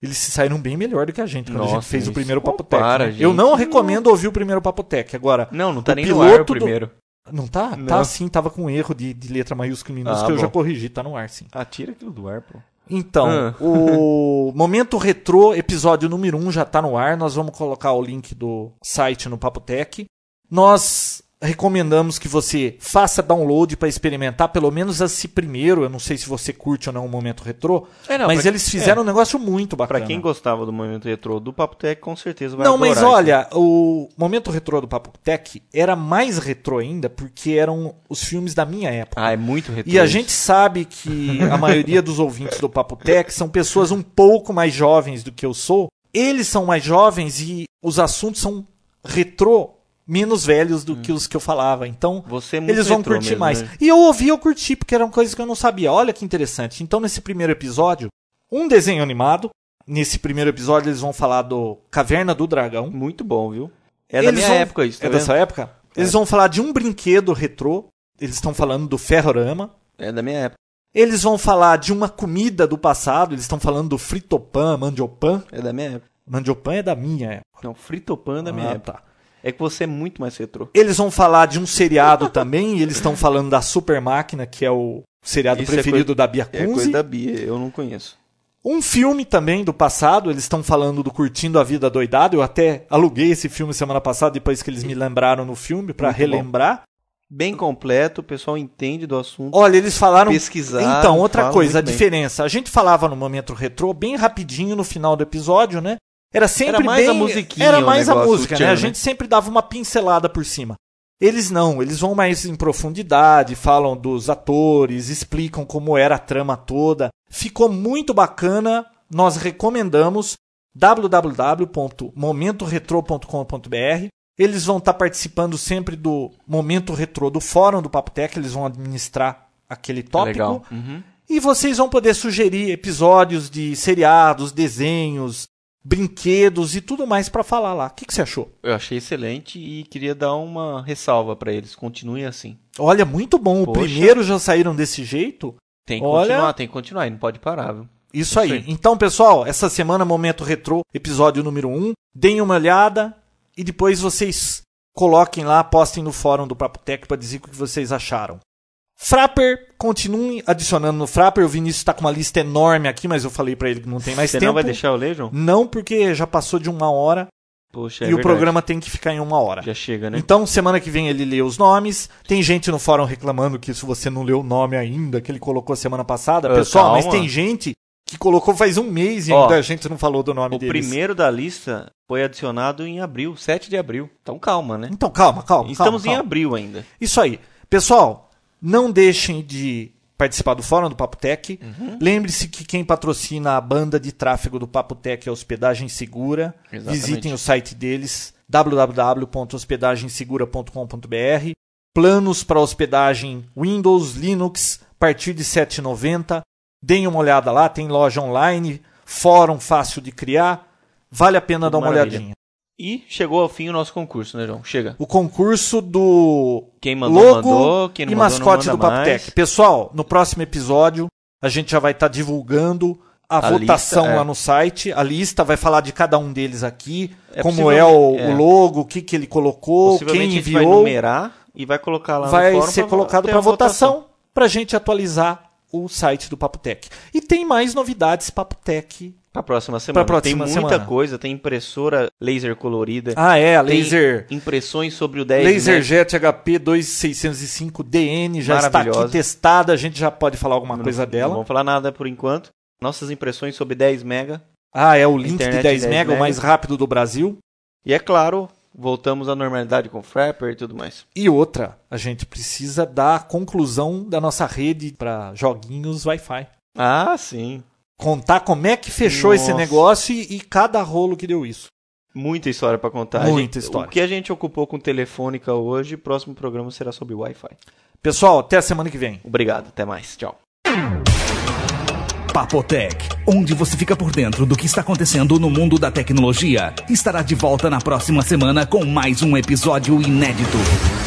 [SPEAKER 3] eles se saíram bem melhor do que a gente quando a gente
[SPEAKER 1] Nossa,
[SPEAKER 3] fez o
[SPEAKER 1] isso
[SPEAKER 3] primeiro Papotec.
[SPEAKER 1] compara,
[SPEAKER 3] Né? Eu
[SPEAKER 1] gente.
[SPEAKER 3] não recomendo ouvir o primeiro Papotec. Agora,
[SPEAKER 1] Não, não tá
[SPEAKER 3] O
[SPEAKER 1] nem no ar
[SPEAKER 3] piloto
[SPEAKER 1] o
[SPEAKER 3] do-
[SPEAKER 1] primeiro.
[SPEAKER 3] não tá?
[SPEAKER 1] Não.
[SPEAKER 3] Tá sim, tava com um erro de, de letra maiúscula e minúscula,
[SPEAKER 1] Ah,
[SPEAKER 3] eu já
[SPEAKER 1] bom.
[SPEAKER 3] corrigi, tá no ar sim.
[SPEAKER 1] Ah, tira aquilo do ar, pô.
[SPEAKER 3] Então,
[SPEAKER 1] Ah.
[SPEAKER 3] o *laughs* Momento Retrô, episódio número 1 já tá no ar, nós vamos colocar o link do site no Papotec. Nós recomendamos que você faça download para experimentar pelo menos esse primeiro, eu não sei se você curte ou não o Momento Retrô,
[SPEAKER 1] É, não,
[SPEAKER 3] mas
[SPEAKER 1] pra-
[SPEAKER 3] eles fizeram um negócio muito
[SPEAKER 1] Pra
[SPEAKER 3] bacana.
[SPEAKER 1] quem gostava do momento retrô do Papo Tech, com certeza vai
[SPEAKER 3] Não,
[SPEAKER 1] adorar.
[SPEAKER 3] mas
[SPEAKER 1] isso.
[SPEAKER 3] olha, o momento retrô do Papo Tech era mais retrô ainda, porque eram os filmes da minha época.
[SPEAKER 1] Ah, é muito retrô.
[SPEAKER 3] E a
[SPEAKER 1] isso.
[SPEAKER 3] gente sabe que a maioria dos ouvintes do Papo Tech são pessoas um pouco mais jovens do que eu sou. Eles são mais jovens e os assuntos são retrô menos velhos do que os que eu falava. Então,
[SPEAKER 1] Você é Hum. muito
[SPEAKER 3] eles vão
[SPEAKER 1] retrô
[SPEAKER 3] curtir
[SPEAKER 1] mesmo,
[SPEAKER 3] mais.
[SPEAKER 1] né?
[SPEAKER 3] E eu ouvi, eu curti, porque eram coisas que eu não sabia. Olha que interessante. Então, nesse primeiro episódio, um desenho animado. Nesse primeiro episódio, eles vão falar do Caverna do Dragão.
[SPEAKER 1] Muito bom, viu? É da
[SPEAKER 3] Eles
[SPEAKER 1] minha
[SPEAKER 3] vão-
[SPEAKER 1] época isso, tá
[SPEAKER 3] é
[SPEAKER 1] vendo? É.
[SPEAKER 3] da sua época? Eles vão falar de um brinquedo retrô. Eles estão falando do Ferrorama.
[SPEAKER 1] É da minha época.
[SPEAKER 3] Eles vão falar de uma comida do passado, eles estão falando do fritopan, mandiopan.
[SPEAKER 1] É da minha época.
[SPEAKER 3] Mandiopan é da minha época.
[SPEAKER 1] Não, Fritopan é da minha
[SPEAKER 3] Ah,
[SPEAKER 1] época.
[SPEAKER 3] tá.
[SPEAKER 1] É que você é muito mais retrô.
[SPEAKER 3] Eles vão falar de um seriado também, e eles estão falando da Super Máquina, que é o seriado
[SPEAKER 1] Isso é
[SPEAKER 3] preferido da Bia
[SPEAKER 1] É
[SPEAKER 3] Kunze.
[SPEAKER 1] coisa da Bia, eu não conheço.
[SPEAKER 3] Um filme também do passado, eles estão falando do Curtindo a Vida Doidado. Eu até aluguei esse filme semana passada, depois que eles me lembraram no filme, pra
[SPEAKER 1] Muito bom.
[SPEAKER 3] relembrar.
[SPEAKER 1] Bem completo, o pessoal entende do assunto.
[SPEAKER 3] Olha, eles falaram.
[SPEAKER 1] Pesquisaram,
[SPEAKER 3] Então, outra
[SPEAKER 1] falam
[SPEAKER 3] coisa, a
[SPEAKER 1] muito bem.
[SPEAKER 3] diferença. A gente falava no momento retrô bem rapidinho no final do episódio, né? Era sempre
[SPEAKER 1] Era mais
[SPEAKER 3] bem-
[SPEAKER 1] a musiquinha
[SPEAKER 3] Era
[SPEAKER 1] o
[SPEAKER 3] mais a
[SPEAKER 1] negócio, o
[SPEAKER 3] música, né?
[SPEAKER 1] tchan,
[SPEAKER 3] A
[SPEAKER 1] né?
[SPEAKER 3] gente sempre dava uma pincelada por cima. Eles não, eles vão mais em profundidade, falam dos atores, explicam como era a trama toda. Ficou muito bacana. Nós recomendamos www.momentoretro.com.br. Eles vão estar participando sempre do Momento Retrô do Fórum do Papo Tech, eles vão administrar aquele tópico.
[SPEAKER 1] Legal. Uhum.
[SPEAKER 3] E vocês vão poder sugerir episódios de seriados, desenhos, brinquedos e tudo mais pra falar lá. O que, que você achou?
[SPEAKER 1] Eu achei excelente e queria dar uma ressalva pra eles. Continuem assim.
[SPEAKER 3] Olha, muito bom. O
[SPEAKER 1] Poxa.
[SPEAKER 3] primeiro já saíram desse jeito.
[SPEAKER 1] Tem que
[SPEAKER 3] Olha-
[SPEAKER 1] continuar, tem que continuar, e não pode parar, viu?
[SPEAKER 3] Isso aí.
[SPEAKER 1] Sim.
[SPEAKER 3] Então, pessoal, essa semana Momento Retrô, episódio número 1. Deem uma olhada e depois vocês coloquem lá, postem no fórum do Papo Tech para dizer o que vocês acharam. Frapper, continue adicionando no Frapper. O Vinícius está com uma lista enorme aqui, mas eu falei para ele que não tem mais
[SPEAKER 1] Você
[SPEAKER 3] tempo.
[SPEAKER 1] não vai deixar eu ler, João?
[SPEAKER 3] Não, porque já passou de uma hora
[SPEAKER 1] Poxa, é
[SPEAKER 3] e o
[SPEAKER 1] verdade.
[SPEAKER 3] programa tem que ficar em uma hora.
[SPEAKER 1] já chega, né?
[SPEAKER 3] Então, semana que vem ele lê os nomes. Tem gente no fórum reclamando que se você não leu o nome ainda, que ele colocou semana passada.
[SPEAKER 1] Ah,
[SPEAKER 3] Pessoal, mas
[SPEAKER 1] calma.
[SPEAKER 3] tem gente que colocou faz um mês e
[SPEAKER 1] Ó,
[SPEAKER 3] ainda a gente não falou do nome
[SPEAKER 1] O
[SPEAKER 3] deles.
[SPEAKER 1] primeiro da lista foi adicionado em abril, 7 de abril. Então calma, né?
[SPEAKER 3] Então, calma, calma.
[SPEAKER 1] Estamos
[SPEAKER 3] calma,
[SPEAKER 1] em
[SPEAKER 3] calma.
[SPEAKER 1] abril ainda.
[SPEAKER 3] Isso aí. Pessoal, não deixem de participar do fórum do Papo Tech.
[SPEAKER 1] Uhum.
[SPEAKER 3] Lembre-se que quem patrocina a banda de tráfego do Papo Tech é a Hospedagem Segura.
[SPEAKER 1] Exatamente.
[SPEAKER 3] Visitem o site deles, www.hospedagensegura.com.br. Planos para hospedagem Windows, Linux, a partir de R$ 7,90. Deem uma olhada lá, tem loja online, fórum fácil de criar. Vale a pena dar uma
[SPEAKER 1] Maravilha.
[SPEAKER 3] olhadinha.
[SPEAKER 1] E chegou ao fim o nosso concurso, né, João? Chega.
[SPEAKER 3] O concurso do
[SPEAKER 1] Quem mandou,
[SPEAKER 3] logo
[SPEAKER 1] mandou. Quem não
[SPEAKER 3] e
[SPEAKER 1] mandou, não
[SPEAKER 3] mascote
[SPEAKER 1] manda
[SPEAKER 3] do Papo
[SPEAKER 1] mais.
[SPEAKER 3] Tech. Pessoal, no próximo episódio a gente já vai estar divulgando a,
[SPEAKER 1] A
[SPEAKER 3] votação
[SPEAKER 1] lista, é.
[SPEAKER 3] lá no site. A lista vai falar de cada um deles aqui,
[SPEAKER 1] É
[SPEAKER 3] como
[SPEAKER 1] possivelmente-
[SPEAKER 3] é o,
[SPEAKER 1] é.
[SPEAKER 3] o logo, o que, que ele colocou,
[SPEAKER 1] Possivelmente
[SPEAKER 3] quem
[SPEAKER 1] a gente vai
[SPEAKER 3] enviou. Vai,
[SPEAKER 1] numerar e vai colocar lá no fórum
[SPEAKER 3] ser
[SPEAKER 1] pra-
[SPEAKER 3] colocado
[SPEAKER 1] ter
[SPEAKER 3] para
[SPEAKER 1] a
[SPEAKER 3] votação, para a gente atualizar o site do Papo Tech. E tem mais novidades Papo Tech.
[SPEAKER 1] Pra próxima semana.
[SPEAKER 3] Pra
[SPEAKER 1] tem
[SPEAKER 3] próxima
[SPEAKER 1] muita
[SPEAKER 3] semana.
[SPEAKER 1] coisa, tem impressora laser colorida.
[SPEAKER 3] Ah, é, a
[SPEAKER 1] tem
[SPEAKER 3] Laser...
[SPEAKER 1] Impressões sobre o 10. né?
[SPEAKER 3] LaserJet HP 2605DN já está aqui
[SPEAKER 1] Maravilhosa.
[SPEAKER 3] testada, a gente já pode falar alguma coisa dela.
[SPEAKER 1] Não vamos falar nada por enquanto. Nossas impressões sobre 10 mega.
[SPEAKER 3] Ah, é o link de
[SPEAKER 1] Internet
[SPEAKER 3] 10,
[SPEAKER 1] 10
[SPEAKER 3] mega, o
[SPEAKER 1] mega.
[SPEAKER 3] mais rápido do Brasil.
[SPEAKER 1] E é claro, voltamos à normalidade com Frapper e tudo mais.
[SPEAKER 3] E outra, a gente precisa da conclusão da nossa rede para joguinhos Wi-Fi.
[SPEAKER 1] Ah, sim.
[SPEAKER 3] Contar como é que fechou esse
[SPEAKER 1] Nossa.
[SPEAKER 3] negócio e, e cada rolo que deu isso.
[SPEAKER 1] Muita história pra contar.
[SPEAKER 3] Muita
[SPEAKER 1] Gente,
[SPEAKER 3] história.
[SPEAKER 1] O que a gente ocupou com Telefônica hoje, próximo programa será sobre Wi-Fi.
[SPEAKER 3] Pessoal, até a semana que vem.
[SPEAKER 1] Obrigado, até mais. Tchau.
[SPEAKER 2] Papotec, onde você fica por dentro do que está acontecendo no mundo da tecnologia, estará de volta na próxima semana com mais um episódio inédito.